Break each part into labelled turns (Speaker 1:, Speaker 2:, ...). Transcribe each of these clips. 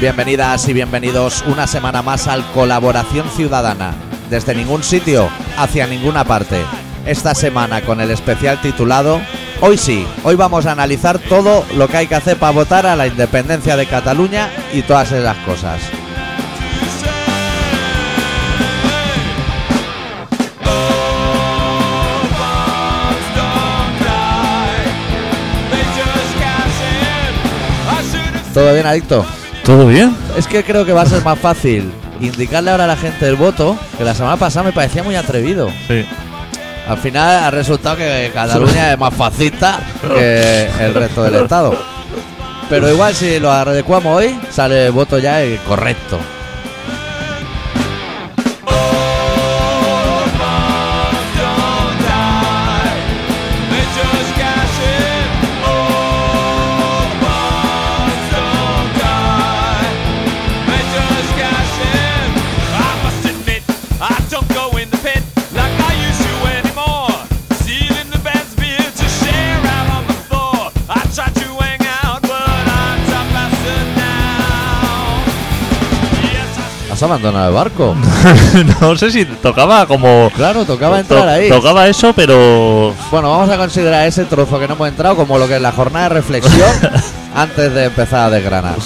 Speaker 1: Bienvenidas y bienvenidos una semana más al Colaboración Ciudadana. Desde ningún sitio, hacia ninguna parte. Esta semana con el especial titulado Hoy sí, hoy vamos a analizar todo lo que hay que hacer para votar a la independencia de Cataluña y todas esas cosas. ¿Todo bien, adicto?
Speaker 2: ¿Todo bien?
Speaker 1: Es que creo que va a ser más fácil indicarle ahora a la gente el voto, que la semana pasada me parecía muy atrevido.
Speaker 2: Sí.
Speaker 1: Al final ha resultado que Cataluña es más fascista que el resto del Estado. Pero igual si lo adecuamos hoy, sale el voto ya el correcto. ¿Has abandonado el barco?
Speaker 2: no sé si tocaba como.
Speaker 1: Claro, tocaba entrar
Speaker 2: to-
Speaker 1: ahí.
Speaker 2: Tocaba eso, pero.
Speaker 1: Bueno, vamos a considerar ese trozo que no hemos entrado como lo que es la jornada de reflexión antes de empezar a desgranar.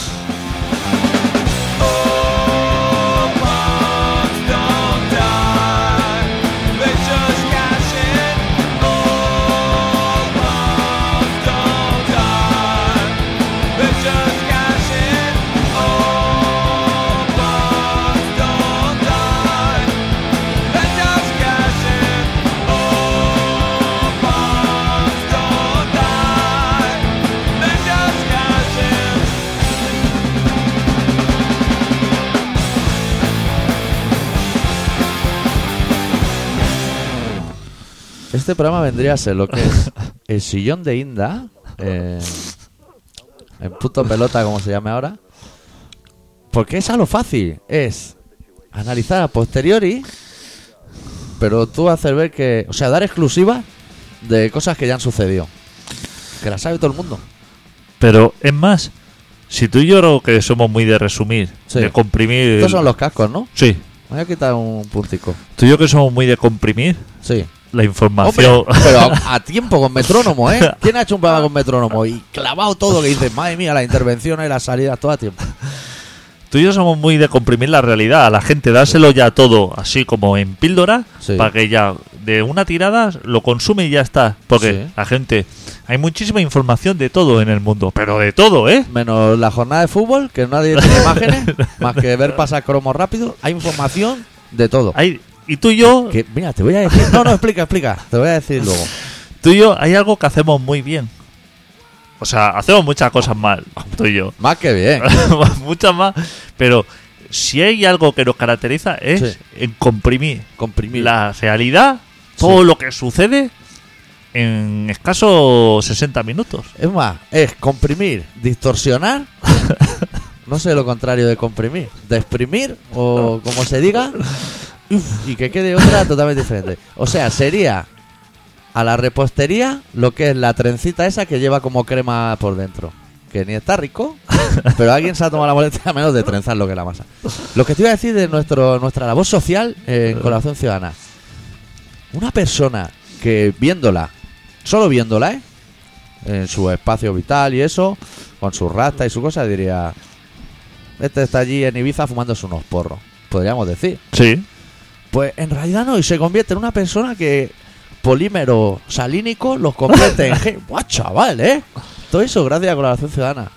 Speaker 1: Este programa vendría a ser lo que es el sillón de Inda, eh, el puto pelota como se llame ahora, porque es a lo fácil, es analizar a posteriori, pero tú hacer ver que, o sea, dar exclusivas de cosas que ya han sucedido, que las sabe todo el mundo.
Speaker 2: Pero es más, si tú y yo creo que somos muy de resumir,
Speaker 1: Sí.
Speaker 2: de comprimir.
Speaker 1: Estos son los cascos, ¿no?
Speaker 2: Sí.
Speaker 1: Me voy a quitar un puntico.
Speaker 2: Tú y yo que somos muy de comprimir
Speaker 1: Sí.
Speaker 2: la
Speaker 1: Hombre,
Speaker 2: información.
Speaker 1: pero a, a tiempo con metrónomo, ¿eh? ¿Quién ha hecho un programa con metrónomo? Y clavado todo que dices, madre mía, las intervenciones y las salidas, todo a tiempo.
Speaker 2: tú y yo somos muy de comprimir la realidad. A la gente dárselo ya todo, así como en píldora,
Speaker 1: Sí.
Speaker 2: para que ya de una tirada lo consume y ya está. Porque
Speaker 1: Sí.
Speaker 2: la gente. Hay muchísima información de todo en el mundo, pero de todo, ¿eh?
Speaker 1: Menos la jornada de fútbol, que nadie tiene imágenes, más que ver pasar cromos rápido, hay información de todo.
Speaker 2: Hay, y tú y yo
Speaker 1: Que, mira, te voy a decir. No, no, explica, explica. Te voy a decir luego.
Speaker 2: Tú y yo hay algo que hacemos muy bien. O sea, hacemos muchas cosas mal, tú y yo.
Speaker 1: Más que bien.
Speaker 2: muchas más. Pero si hay algo que nos caracteriza es
Speaker 1: Sí.
Speaker 2: en comprimir
Speaker 1: Comprimir.
Speaker 2: la realidad, todo lo que sucede, en escasos 60 minutos.
Speaker 1: Es más, es comprimir, distorsionar. No sé lo contrario de comprimir. Desprimir, o como se diga. uf, Y que quede otra totalmente diferente. O sea, sería a la repostería lo que es la trencita esa que lleva como crema por dentro. Que ni está rico, pero alguien se ha tomado la molestia menos de trenzar lo que es la masa. Lo que te iba a decir de nuestro, nuestra labor social eh, en Colaboración Ciudadana. Una persona que viéndola, solo viéndola, ¿eh? en su espacio vital y eso, con su rasta y su cosa, diría: Este está allí en Ibiza fumándose unos porros, podríamos decir.
Speaker 2: Sí.
Speaker 1: Pues en realidad no, y se convierte en una persona que polímero salínico los convierte en. gen- ¡Buah, chaval, eh! Todo eso gracias a Colaboración Ciudadana.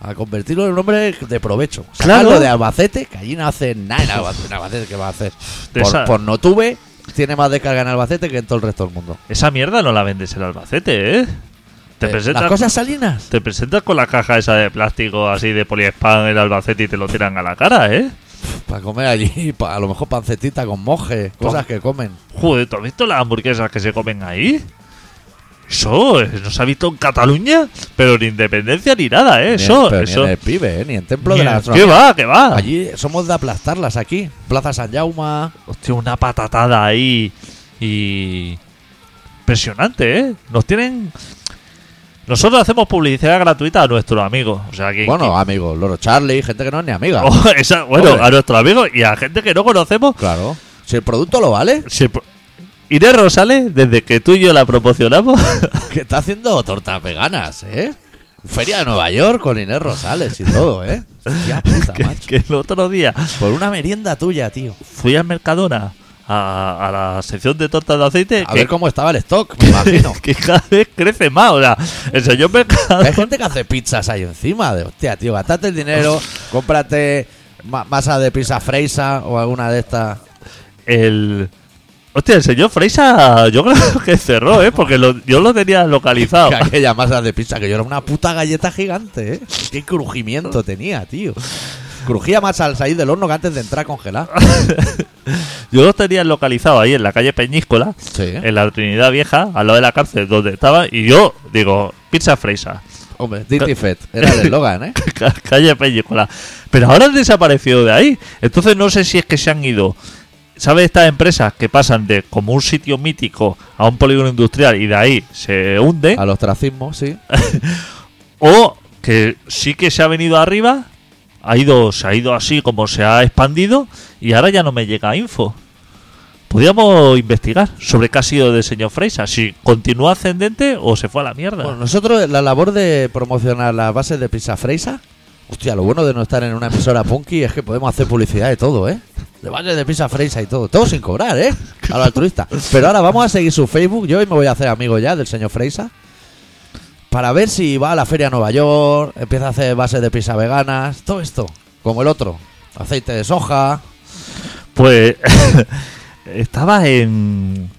Speaker 1: A convertirlo en un hombre de provecho. Sacarlo
Speaker 2: Claro.
Speaker 1: de Albacete, que allí no hace nada en Albacete. en Albacete, ¿qué va a hacer?
Speaker 2: De
Speaker 1: Por,
Speaker 2: esa-
Speaker 1: por no tuve, tiene más descarga en Albacete que en todo el resto del mundo.
Speaker 2: Esa mierda no la vendes en Albacete, ¿eh? Te
Speaker 1: Eh,
Speaker 2: presentas,
Speaker 1: Las cosas salinas.
Speaker 2: te presentas con la caja esa de plástico así de poliespan en Albacete y te lo tiran a la cara, ¿eh?
Speaker 1: Para comer allí, pa- a lo mejor pancetita con moje, cosas que comen.
Speaker 2: Joder, ¿tú has visto las hamburguesas que se comen ahí? Eso, eh, no se ha visto en Cataluña, pero ni independencia ni nada, ¿eh?
Speaker 1: Ni en-
Speaker 2: Eso,
Speaker 1: pero ni
Speaker 2: eso.
Speaker 1: en el pibe, eh, ni en templo
Speaker 2: Ni
Speaker 1: de la
Speaker 2: en- ¿Qué
Speaker 1: gastronomía.
Speaker 2: va, qué va?
Speaker 1: Allí somos de aplastarlas aquí. Plaza San Jaume.
Speaker 2: Hostia, una patatada ahí. Y. Impresionante, ¿eh? Nos tienen. Nosotros hacemos publicidad gratuita a nuestros amigos. O sea, que.
Speaker 1: Bueno, amigos, Loro Charlie, gente que no es ni amiga.
Speaker 2: Oh, esa- bueno,
Speaker 1: Hombre.
Speaker 2: a nuestros amigos y a gente que no conocemos.
Speaker 1: Claro. Si el producto lo vale,
Speaker 2: Se pro- Inés Rosales, desde que tú y yo la proporcionamos,
Speaker 1: que está haciendo tortas veganas, ¿eh? Feria de Nueva York con Inés Rosales y todo, ¿eh? Hostia puta,
Speaker 2: que,
Speaker 1: Ah, macho.
Speaker 2: que el otro día
Speaker 1: Por una merienda tuya, tío.
Speaker 2: fui al Mercadona a, a la sección de tortas de aceite,
Speaker 1: A
Speaker 2: que,
Speaker 1: ver cómo estaba el stock, me imagino. Eh.
Speaker 2: que cada vez crece más. O sea, el señor Mercadona.
Speaker 1: Hay gente que hace pizzas ahí encima. De, hostia, tío, gastate el dinero, cómprate ma- masa de pizza freisa o alguna de estas.
Speaker 2: El. Hostia, el señor Freisa, yo creo que cerró, ¿eh? Porque lo- yo lo tenía localizado.
Speaker 1: Que aquella masa de pizza que yo era una puta galleta gigante, ¿eh? Qué crujimiento tenía, tío. Crujía más al salir del horno que antes de entrar congelada.
Speaker 2: Yo lo tenía localizado ahí en la calle Peñíscola,
Speaker 1: Sí, ¿eh?
Speaker 2: en la Trinidad Vieja, al lado de la cárcel donde estaba, y yo digo, pizza Freisa,
Speaker 1: hombre, Dirty Fed. Era el eslogan, ¿eh?
Speaker 2: ca- calle Peñíscola. Pero ahora han desaparecido de ahí. Entonces no sé si es que se han ido. ¿Sabes estas empresas que pasan de como un sitio mítico a un polígono industrial y de ahí se hunde?
Speaker 1: Al ostracismo, sí.
Speaker 2: O que sí que se ha venido arriba, ha ido, se ha ido así como se ha expandido y ahora ya no me llega info. Podríamos investigar sobre qué ha sido del señor Freisa, si continúa ascendente o se fue a la mierda.
Speaker 1: Bueno, nosotros la labor de promocionar las bases de pizza freisa. Hostia, lo bueno de no estar en una emisora punky es que podemos hacer publicidad de todo, ¿eh? De bases de pizza freisa y todo. Todo sin cobrar, ¿eh? A lo altruista. Pero ahora vamos a seguir su Facebook. Yo hoy me voy a hacer amigo ya del señor Freisa. Para ver si va a la feria a Nueva York, empieza a hacer bases de pizza veganas, todo esto. Como el otro. Aceite de soja.
Speaker 2: Pues estaba en...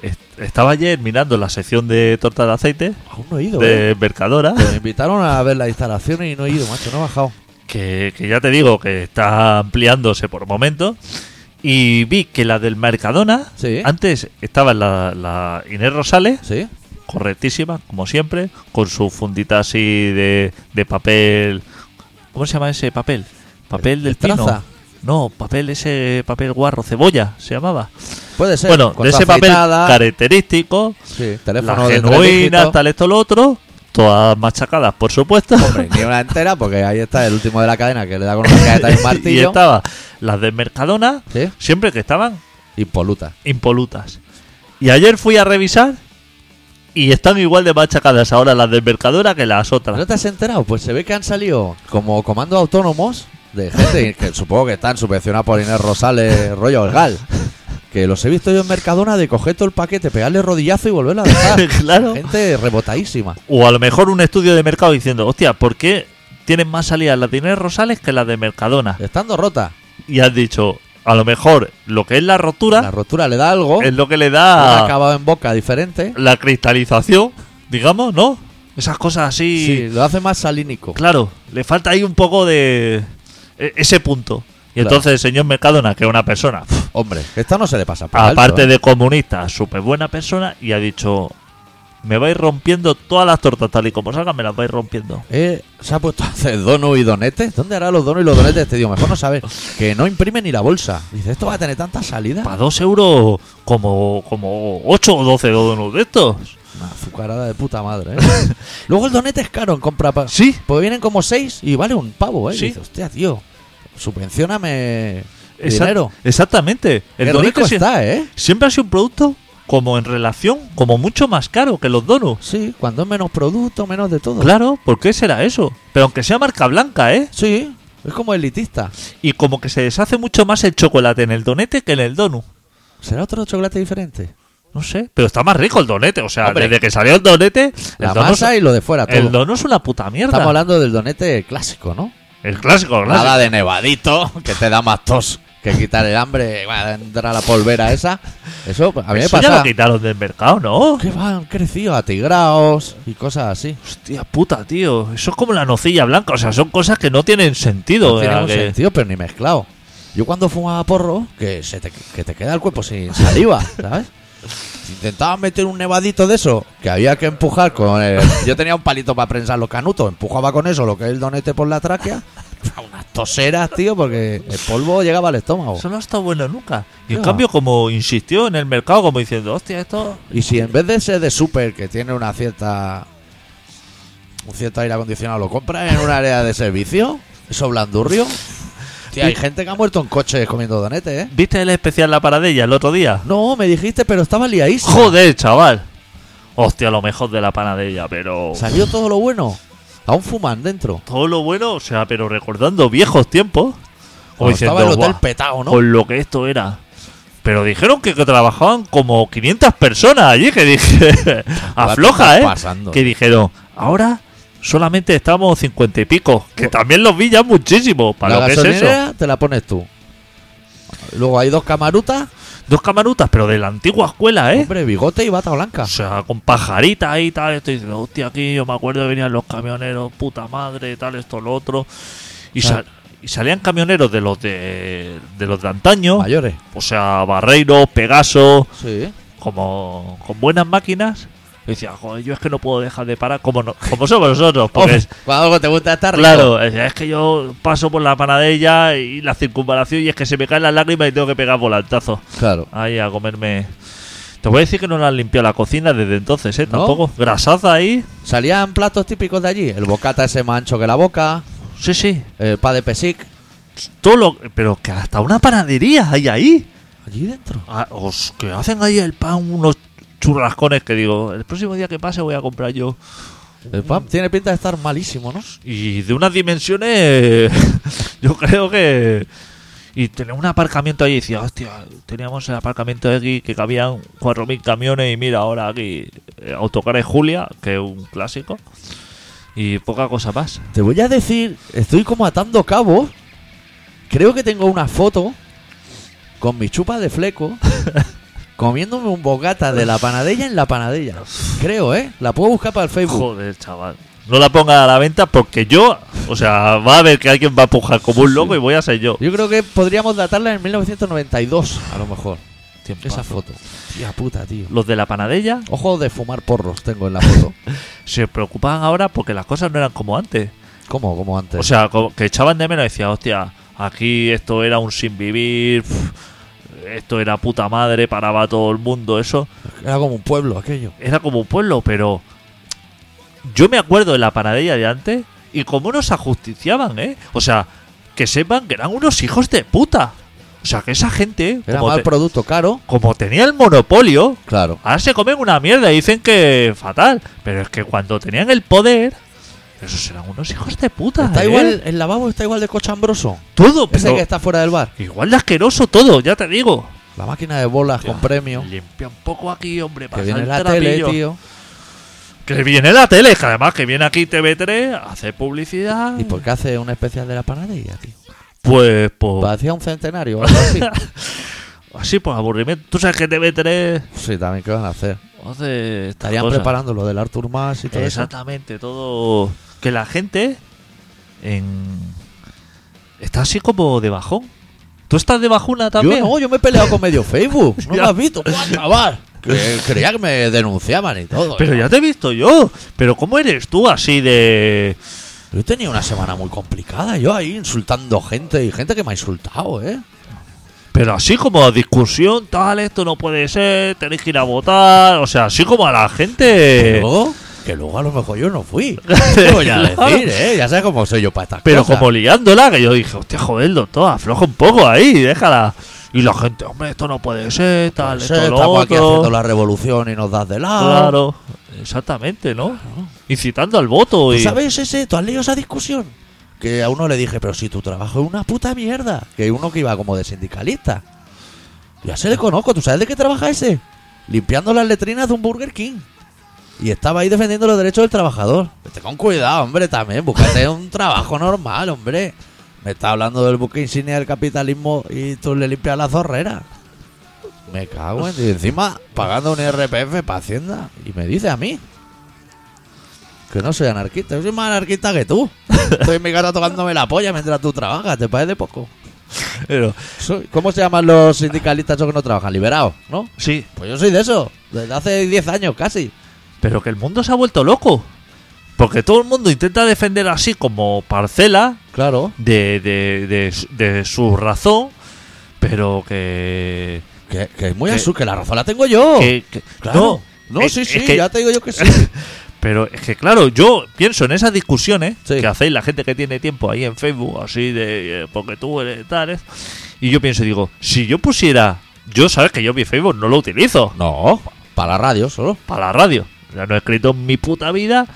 Speaker 2: est- Estaba ayer mirando la sección de torta de aceite
Speaker 1: Aún no he ido, ¿eh?
Speaker 2: de Mercadora,
Speaker 1: Pero Me invitaron a ver las instalaciones y no he ido, macho. No he bajado.
Speaker 2: que, que ya te digo que está ampliándose por momentos, y vi que la del Mercadona
Speaker 1: Sí.
Speaker 2: Antes estaba la, la Inés Rosales,
Speaker 1: ¿Sí?
Speaker 2: correctísima, como siempre, con su fundita así de, de papel. ¿Cómo se llama ese papel? Papel del
Speaker 1: ¿Estraza?
Speaker 2: pino. No, papel ese papel guarro, cebolla se llamaba.
Speaker 1: Puede ser.
Speaker 2: bueno,
Speaker 1: con
Speaker 2: de ese
Speaker 1: toda
Speaker 2: papel
Speaker 1: fritada.
Speaker 2: característico,
Speaker 1: Sí,
Speaker 2: la
Speaker 1: teléfono de tres
Speaker 2: genuina,
Speaker 1: dígitos.
Speaker 2: tal esto lo otro, todas machacadas, por supuesto.
Speaker 1: Hombre, ni una entera, porque ahí está el último de la cadena que le da con una cadena y un
Speaker 2: y
Speaker 1: martillo.
Speaker 2: estaba las de Mercadona,
Speaker 1: Sí,
Speaker 2: siempre que estaban
Speaker 1: y poluta.
Speaker 2: impolutas. Y ayer fui a revisar y están igual de machacadas ahora las de Mercadora que las
Speaker 1: ¿No
Speaker 2: otras.
Speaker 1: te has enterado? Pues se ve que han salido como comando autónomos de gente que supongo que están subvencionados por Inés Rosales, rollo el gal. Que los he visto yo en Mercadona de coger todo el paquete, pegarle rodillazo y volverla a dejar.
Speaker 2: claro.
Speaker 1: Gente rebotadísima.
Speaker 2: O a lo mejor un estudio de mercado diciendo, hostia, ¿por qué tienen más salidas las de Inés Rosales que las de Mercadona?
Speaker 1: Estando rota.
Speaker 2: Y has dicho, a lo mejor lo que es la
Speaker 1: La
Speaker 2: rotura
Speaker 1: rotura le da algo.
Speaker 2: es lo que le
Speaker 1: Ha
Speaker 2: da
Speaker 1: acabado en boca diferente.
Speaker 2: la cristalización, digamos, ¿no? Esas cosas así.
Speaker 1: Sí, lo hace más salínico.
Speaker 2: Claro, le falta ahí un poco de e- ese punto. Y
Speaker 1: Claro.
Speaker 2: entonces el señor Mercadona, que es una persona pf,
Speaker 1: Hombre, que esta no se le pasa por alto,
Speaker 2: aparte
Speaker 1: ¿eh?
Speaker 2: de comunista, súper buena persona, y ha dicho: Me vais rompiendo todas las tortas tal y como salgan, me las vais rompiendo.
Speaker 1: Eh, se ha puesto a hacer donos y donetes. ¿Dónde hará los donos y los donetes este tío? Mejor no saber. Que no imprime ni la bolsa. Dice, esto va a tener tanta salida.
Speaker 2: Para dos euros, como, como 8 o 12 donos de estos.
Speaker 1: Una azucarada de puta madre, ¿eh? Luego el donete es caro en compra. pa-
Speaker 2: Sí,
Speaker 1: Porque vienen como seis y vale un pavo, ¿eh?
Speaker 2: Sí.
Speaker 1: Dice, hostia, tío, subvencioname
Speaker 2: exa-
Speaker 1: dinero.
Speaker 2: exactamente. El
Speaker 1: Qué
Speaker 2: donut
Speaker 1: rico
Speaker 2: sie-
Speaker 1: está, ¿eh?
Speaker 2: siempre ha sido un producto como en relación, como mucho más caro que los donuts.
Speaker 1: Sí, cuando es menos producto, menos de todo.
Speaker 2: Claro, ¿por qué será eso? Pero aunque sea marca blanca, ¿eh?
Speaker 1: Sí, es como elitista.
Speaker 2: Y como que se deshace mucho más el chocolate en el donete que en el donut.
Speaker 1: ¿Será otro chocolate diferente?
Speaker 2: No sé, pero está más rico el donete. O sea,
Speaker 1: Hombre.
Speaker 2: desde que salió el donete,
Speaker 1: La
Speaker 2: el donut
Speaker 1: masa y lo de fuera,
Speaker 2: El
Speaker 1: todo.
Speaker 2: dono es una puta mierda.
Speaker 1: Estamos hablando del donete clásico, ¿no?
Speaker 2: El clásico, el clásico.
Speaker 1: Nada de nevadito, que te da más tos que quitar el hambre, va, entra la polvera esa. Eso a mí me
Speaker 2: Eso ya
Speaker 1: pasa.
Speaker 2: lo quitaron del mercado, ¿no?
Speaker 1: Que van crecido a tigraos y cosas así.
Speaker 2: Hostia puta, tío. Eso es como la nocilla blanca. O sea, son cosas que no tienen sentido.
Speaker 1: No
Speaker 2: o
Speaker 1: tiene
Speaker 2: sea,
Speaker 1: ningún
Speaker 2: que-
Speaker 1: sentido, pero ni mezclado. Yo cuando fumaba porro, que, se te, que te queda el cuerpo sin saliva, ¿sabes? Si intentabas meter un nevadito de eso, que había que empujar con el- Yo tenía un palito para prensar los canutos, empujaba con eso lo que es el donete por la tráquea. Unas toseras, tío, porque el polvo llegaba al estómago.
Speaker 2: Eso no ha estado bueno nunca. Y en
Speaker 1: Ya.
Speaker 2: cambio, como insistió en el mercado, como diciendo, hostia, esto.
Speaker 1: Y si en vez de ser de super que tiene una cierta un cierto aire acondicionado lo compras en un área de servicio, eso blandurrio. Tía, hay gente que ha muerto en coches comiendo donetes, ¿eh?
Speaker 2: ¿Viste el especial La Paradella el otro día?
Speaker 1: No, me dijiste, pero estaba liadísimo.
Speaker 2: Joder, chaval. Hostia, lo mejor de la panadella, pero.
Speaker 1: Salió todo lo bueno. Aún fuman dentro.
Speaker 2: Todo lo bueno, o sea, pero recordando viejos tiempos. Como
Speaker 1: Cuando estaba el
Speaker 2: diciendo,
Speaker 1: hotel
Speaker 2: "Buah,
Speaker 1: petado, ¿no?
Speaker 2: con lo que esto era. Pero dijeron que, que trabajaban como 500 personas allí, que dije, afloja,
Speaker 1: estás
Speaker 2: ¿eh?
Speaker 1: pasando?
Speaker 2: Que dijeron, ahora solamente estamos 50 y pico, que
Speaker 1: Bu-
Speaker 2: también los vi ya muchísimo, para
Speaker 1: la
Speaker 2: lo que es eso.
Speaker 1: gasolinera te la pones tú. Luego hay dos camarutas,
Speaker 2: Dos camarutas, pero de la antigua escuela, ¿eh?
Speaker 1: hombre, bigote y bata blanca.
Speaker 2: O sea, con pajaritas y tal, estoy diciendo, hostia, aquí yo me acuerdo que venían los camioneros, puta madre, tal, esto, lo otro. Y,
Speaker 1: Claro.
Speaker 2: sal- y salían camioneros de los de, de los de antaño,
Speaker 1: Mayores.
Speaker 2: o sea, Barreiros, Pegaso,
Speaker 1: Sí.
Speaker 2: como con buenas máquinas, y decía, joder, yo es que no puedo dejar de parar, como, no, como somos nosotros, porque es-
Speaker 1: Cuando algo te gusta estar rico.
Speaker 2: claro, decía, es que yo paso por la panadella y la circunvalación y es que se me caen las lágrimas y tengo que pegar volantazos
Speaker 1: Claro.
Speaker 2: ahí a comerme. Te voy a decir que no le han limpiado la cocina desde entonces, ¿eh?
Speaker 1: ¿No?
Speaker 2: Tampoco. Grasaza ahí.
Speaker 1: Salían platos típicos de allí. El bocata ese más ancho que la boca,
Speaker 2: Sí, sí.
Speaker 1: el pa de pesic.
Speaker 2: Todo lo... Pero que hasta una panadería hay ahí.
Speaker 1: Allí dentro.
Speaker 2: Ah, os- que hacen ahí el pan unos churrascones que digo, el próximo día que pase voy a comprar yo.
Speaker 1: El pan tiene pinta de estar malísimo, ¿no?
Speaker 2: Y de unas dimensiones, yo creo que... Y tenía un aparcamiento ahí y decía, hostia, teníamos el aparcamiento aquí que cabían 4.000 camiones y mira ahora aquí eh, Autocares Julia, que es un clásico, y poca cosa más.
Speaker 1: Te voy a decir, estoy como atando cabos. Creo que tengo una foto con mi chupa de fleco comiéndome un bocata de la panadella en la panadella. Creo, ¿eh? La puedo buscar para el Facebook.
Speaker 2: Joder, chaval. No la ponga a la venta porque yo, o sea, va a ver que alguien va a pujar como un loco y voy a ser yo.
Speaker 1: Yo creo que podríamos datarla en 1992, a lo mejor. Esa
Speaker 2: Tiempazo.
Speaker 1: foto. Tía puta, tío.
Speaker 2: Los de la panadella
Speaker 1: Ojo de fumar porros tengo en la foto.
Speaker 2: se preocupaban ahora porque las cosas no eran como antes.
Speaker 1: ¿Cómo? Como antes.
Speaker 2: O sea, como que echaban de menos y decían, hostia, aquí esto era un sin vivir, pf, esto era puta madre, paraba todo el mundo, eso.
Speaker 1: Era como un pueblo aquello.
Speaker 2: Era como un pueblo, pero yo me acuerdo de la panadella de antes y cómo nos ajusticiaban, ¿eh? O sea, que sepan que eran unos hijos de puta. O sea, que esa gente,
Speaker 1: Era
Speaker 2: como,
Speaker 1: mal
Speaker 2: te-
Speaker 1: producto caro.
Speaker 2: como tenía el monopolio,
Speaker 1: Claro.
Speaker 2: ahora se comen una mierda y dicen que fatal. Pero es que cuando tenían el poder, esos eran unos hijos de puta.
Speaker 1: Está
Speaker 2: ¿eh?
Speaker 1: igual, el lavabo está igual de cochambroso.
Speaker 2: Todo,
Speaker 1: Ese
Speaker 2: pero-
Speaker 1: que está fuera del bar.
Speaker 2: Igual de asqueroso todo, ya te digo.
Speaker 1: La máquina de bolas con premio.
Speaker 2: Limpia un poco aquí,
Speaker 1: Que
Speaker 2: hombre, pasa
Speaker 1: viene
Speaker 2: el
Speaker 1: la
Speaker 2: trapillo.
Speaker 1: tele, tío.
Speaker 2: Que viene la tele, que además que viene aquí TV3, hace publicidad.
Speaker 1: ¿Y por qué hace una especial de la panadería, tío?
Speaker 2: Pues, pues,
Speaker 1: Parecía un centenario o algo así.
Speaker 2: así por aburrimiento. Tú sabes que TV3
Speaker 1: sí, también qué van a hacer.
Speaker 2: hace estas
Speaker 1: Estarían
Speaker 2: cosas.
Speaker 1: preparando lo del Artur Mas y todo eso.
Speaker 2: Exactamente, todo. Que la gente en... está así como de bajón. ¿Tú estás de bajuna
Speaker 1: Yo
Speaker 2: también?
Speaker 1: no, yo me he peleado con medio Facebook. No me
Speaker 2: Ya.
Speaker 1: has visto. ¿Cómo acabar? Que creía que me denunciaban y todo. ¿eh?
Speaker 2: Pero ya te he visto yo. Pero ¿cómo eres tú así de...
Speaker 1: Yo tenía una semana muy complicada, yo ahí insultando gente y gente que me ha insultado, ¿eh?
Speaker 2: Pero así como a discusión, tal, esto no puede ser, tenéis que ir a votar, o sea, así como a la gente.
Speaker 1: Que luego, que luego a lo mejor yo no fui. Te voy a
Speaker 2: Claro.
Speaker 1: decir, ¿eh? Ya sabes cómo soy yo para estas
Speaker 2: Pero
Speaker 1: cosas.
Speaker 2: como liándola, que yo dije, hostia, joder, doctor, afloja un poco ahí, déjala. Y la gente, hombre, esto no puede ser, tal,
Speaker 1: Pues,
Speaker 2: esto,
Speaker 1: eh,
Speaker 2: lo
Speaker 1: estamos aquí
Speaker 2: otro".
Speaker 1: haciendo la revolución y nos das de lado.
Speaker 2: Claro, exactamente, ¿no? Incitando al voto
Speaker 1: ¿Tú
Speaker 2: y.
Speaker 1: sabes ese? ¿Tú has leído esa discusión? Que a uno le dije, pero si tu trabajo es una puta mierda. Que hay uno que iba como de sindicalista. Ya se le conozco, ¿tú sabes de qué trabaja ese? Limpiando las letrinas de un Burger King. Y estaba ahí defendiendo los derechos del trabajador. Vete con cuidado, hombre, también. Búscate un trabajo normal, hombre. Me está hablando del buque insignia del capitalismo y tú le limpias la zorrera. Me cago en... Y encima pagando un IRPF para Hacienda. Y me dice a mí. Que no soy anarquista, yo soy más anarquista que tú. Estoy en mi casa tocándome la polla mientras tú trabajas, ¿te parece poco?
Speaker 2: Pero,
Speaker 1: Soy- ¿Cómo se llaman los sindicalistas esos que no trabajan? Liberados, ¿no?
Speaker 2: sí,
Speaker 1: Pues yo soy de eso, desde hace 10 años casi.
Speaker 2: pero que el mundo se ha vuelto loco. Porque todo el mundo intenta defender así como parcela
Speaker 1: Claro.
Speaker 2: de, de, de, su- de su razón, pero que.
Speaker 1: Que, que es muy
Speaker 2: Que-
Speaker 1: azul, que la razón la tengo yo.
Speaker 2: que- que-
Speaker 1: claro. No,
Speaker 2: no, es-
Speaker 1: sí,
Speaker 2: es
Speaker 1: sí,
Speaker 2: que-
Speaker 1: ya te digo yo que sí.
Speaker 2: Pero es que, claro, yo pienso en esas discusiones
Speaker 1: Sí.
Speaker 2: que hacéis la gente que tiene tiempo ahí en Facebook, así de eh, porque tú eres tales. Y yo pienso y digo, si yo pusiera. Yo sabes que yo mi Facebook no lo utilizo
Speaker 1: No, para la radio solo.
Speaker 2: para la radio. O sea, no he escrito en mi puta vida,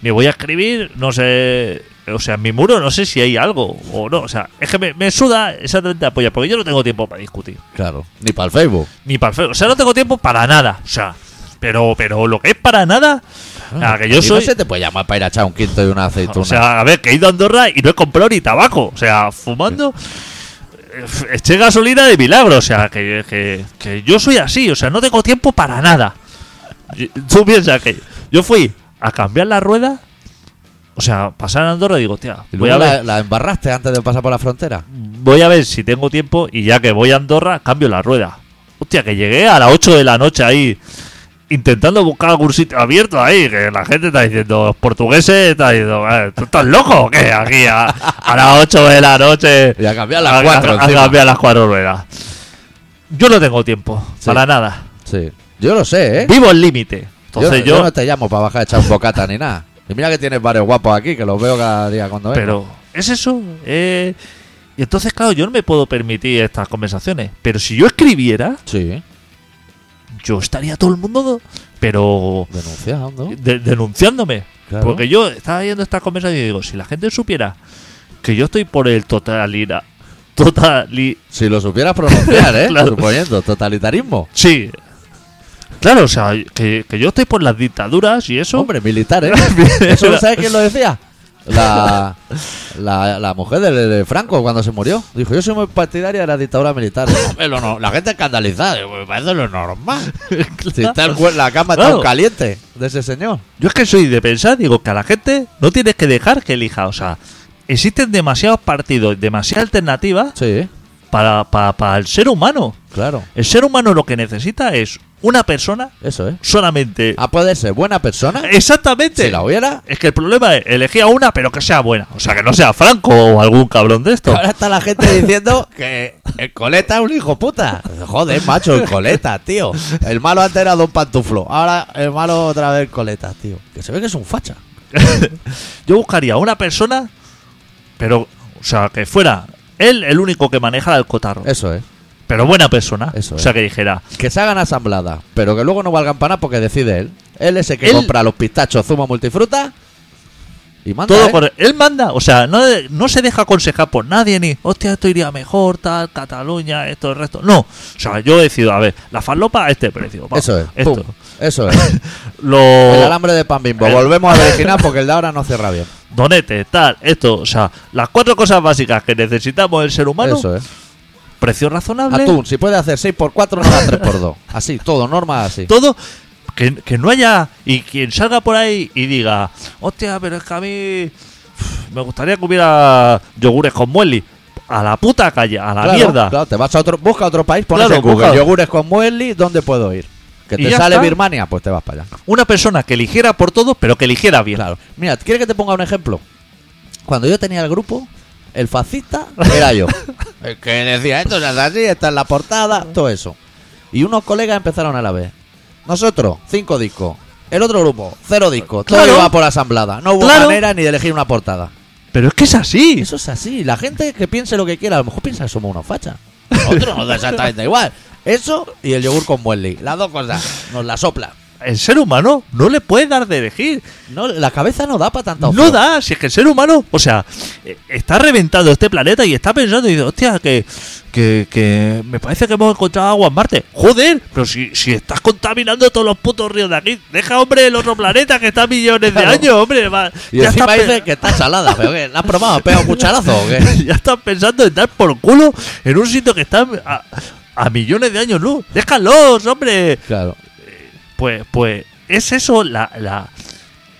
Speaker 2: ni voy a escribir, no sé. O sea, en mi muro no sé si hay algo o no. O sea, es que me, me suda esa treinta de polla, porque yo no tengo tiempo para discutir.
Speaker 1: Claro. Ni para el Facebook.
Speaker 2: Ni para el Facebook. O sea, no tengo tiempo para nada. O sea, pero, pero lo que es para nada. o sea, que yo
Speaker 1: Y no
Speaker 2: soy.
Speaker 1: se te puede llamar para ir a echar un quinto y una aceituna.
Speaker 2: O sea, a ver, que he ido a Andorra y no he comprado ni tabaco. O sea, fumando. eh, Eché gasolina de milagro. O sea, que, que- que yo soy así. O sea, no tengo tiempo para nada. Y- Tú piensas que yo fui a cambiar la rueda. O sea, pasar a Andorra y digo, hostia,
Speaker 1: y
Speaker 2: voy
Speaker 1: luego
Speaker 2: a
Speaker 1: la,
Speaker 2: ver.
Speaker 1: la embarraste antes de pasar por la frontera.
Speaker 2: Voy a ver si tengo tiempo y ya que voy a Andorra, cambio la rueda. Hostia, que llegué a las 8 de la noche ahí intentando buscar algún sitio abierto ahí, que la gente está diciendo, los portugueses están diciendo, "Eh, ¿tú estás loco o qué? Aquí a, a las 8 de la noche.
Speaker 1: Y a cambiar las
Speaker 2: a-
Speaker 1: cuatro
Speaker 2: a- a
Speaker 1: encima.
Speaker 2: cambiar las cuatro ruedas. Yo no tengo tiempo,
Speaker 1: Sí.
Speaker 2: para nada.
Speaker 1: Sí. Yo lo sé, ¿eh?
Speaker 2: Vivo el límite. Entonces
Speaker 1: yo,
Speaker 2: yo,
Speaker 1: no te llamo para bajar a echar un bocata ni nada. Y mira que tienes varios guapos aquí, que los veo cada día cuando vengo.
Speaker 2: Pero es eso. eh, y entonces, claro, yo no me puedo permitir estas conversaciones. Pero si yo escribiera,
Speaker 1: Sí,
Speaker 2: yo estaría todo el mundo, pero
Speaker 1: denunciando.
Speaker 2: de- denunciándome.
Speaker 1: Claro.
Speaker 2: Porque yo estaba viendo esta conversación y digo, si la gente supiera que yo estoy por el totalira, totali,
Speaker 1: Si lo supieras pronunciar, ¿eh?
Speaker 2: Claro.
Speaker 1: Suponiendo, totalitarismo.
Speaker 2: sí. Claro, o sea, que, que yo estoy por las dictaduras y eso.
Speaker 1: Hombre, militar, ¿eh? ¿Eso lo sabe quién lo decía? La, la, la mujer de, de Franco cuando se murió. Dijo, yo soy muy partidaria de la dictadura militar. Hombre, lo no- la gente escandalizada. digo, Me parece lo normal. Si está el cuer- la cama está
Speaker 2: Claro.
Speaker 1: un caliente de ese señor.
Speaker 2: Yo es que soy de pensar, digo, que a la gente no tienes que dejar que elija. O sea, existen demasiados partidos, demasiadas alternativas
Speaker 1: Sí,
Speaker 2: para, para, para el ser humano.
Speaker 1: claro.
Speaker 2: El ser humano lo que necesita es una persona
Speaker 1: Eso, ¿eh?
Speaker 2: solamente.
Speaker 1: A poder ser buena persona,
Speaker 2: Exactamente.
Speaker 1: si la hubiera.
Speaker 2: Es que el problema es elegir a una, pero que sea buena. O sea, que no sea Franco o algún cabrón de esto.
Speaker 1: Ahora está la gente diciendo que el coleta es un hijo puta. Joder, macho, el coleta, tío. El malo antes era Don Pantuflo. Ahora el malo otra vez el coleta, tío. Que se ve que es un facha.
Speaker 2: Yo buscaría a una persona, pero, o sea, que fuera él el único que manejara el cotarro.
Speaker 1: Eso es.
Speaker 2: Pero buena persona.
Speaker 1: Eso
Speaker 2: o
Speaker 1: es.
Speaker 2: sea, que dijera,
Speaker 1: Que se hagan asambladas, pero que luego no valgan para nada porque decide él. Él es el que
Speaker 2: Él-
Speaker 1: compra los pistachos, zumo multifruta y manda.
Speaker 2: todo
Speaker 1: ¿eh?
Speaker 2: por él manda. O sea, no, no se deja aconsejar por nadie ni, hostia, esto iría mejor, tal, Cataluña, esto, el resto. No. O sea, yo decido, a ver, la falopa a este precio. va,
Speaker 1: Eso es.
Speaker 2: Esto.
Speaker 1: pum, Eso es.
Speaker 2: Lo...
Speaker 1: El alambre de pan bimbo.
Speaker 2: El-
Speaker 1: Volvemos al original porque el de ahora no cierra bien.
Speaker 2: Donete, tal, esto, o sea, las cuatro cosas básicas que necesitamos el ser humano,
Speaker 1: Eso es.
Speaker 2: precio razonable,
Speaker 1: Atún, si puede hacer 6x4, no haga 3x2. Así, todo, norma así.
Speaker 2: todo, que, que no haya, y quien salga por ahí y diga, hostia, pero es que a mí uf, me gustaría que hubiera yogures con muesli, a la puta calle, a la
Speaker 1: Claro,
Speaker 2: mierda.
Speaker 1: Claro, te vas a otro, busca otro país, pones
Speaker 2: Claro,
Speaker 1: en Google
Speaker 2: busca.
Speaker 1: yogures con muesli, ¿dónde puedo ir? Que
Speaker 2: Y
Speaker 1: te
Speaker 2: ya
Speaker 1: sale
Speaker 2: está.
Speaker 1: Birmania, pues te vas para allá.
Speaker 2: Una persona que eligiera por todo, pero que eligiera bien.
Speaker 1: Claro. Mira, ¿quieres que te ponga un ejemplo? Cuando yo tenía el grupo, el fascista era yo. El que decía, esto es así, esta es la portada, todo eso. Y unos colegas empezaron a la vez. Nosotros, cinco discos. El otro grupo, cero discos. Todo
Speaker 2: Claro.
Speaker 1: iba por asamblada. No hubo
Speaker 2: Claro.
Speaker 1: manera ni de elegir una portada.
Speaker 2: Pero es que es así.
Speaker 1: Eso es así. La gente que piense lo que quiera, a lo mejor piensa que somos unos fachas. Nosotros nos da exactamente igual. Eso y el yogur con muesli. Las dos cosas. Nos la sopla.
Speaker 2: El ser humano no le puede dar de elegir.
Speaker 1: No, la cabeza no da para tanta
Speaker 2: No da, si es que el ser humano, o sea, eh, está reventado este planeta y está pensando y dice, hostia, que, que, que me parece que hemos encontrado agua en Marte. Joder, pero si, si estás contaminando todos los putos ríos de aquí, deja, hombre, el otro planeta que está a millones
Speaker 1: Claro.
Speaker 2: de años, hombre. va-
Speaker 1: Y encima
Speaker 2: estás pe-
Speaker 1: dice que está salada, pero que la has probado, pega un cucharazo o qué?
Speaker 2: ya estás pensando en dar por culo en un sitio que está a, a millones de años luz. Déjalos, hombre.
Speaker 1: Claro.
Speaker 2: Pues, pues es eso la, la-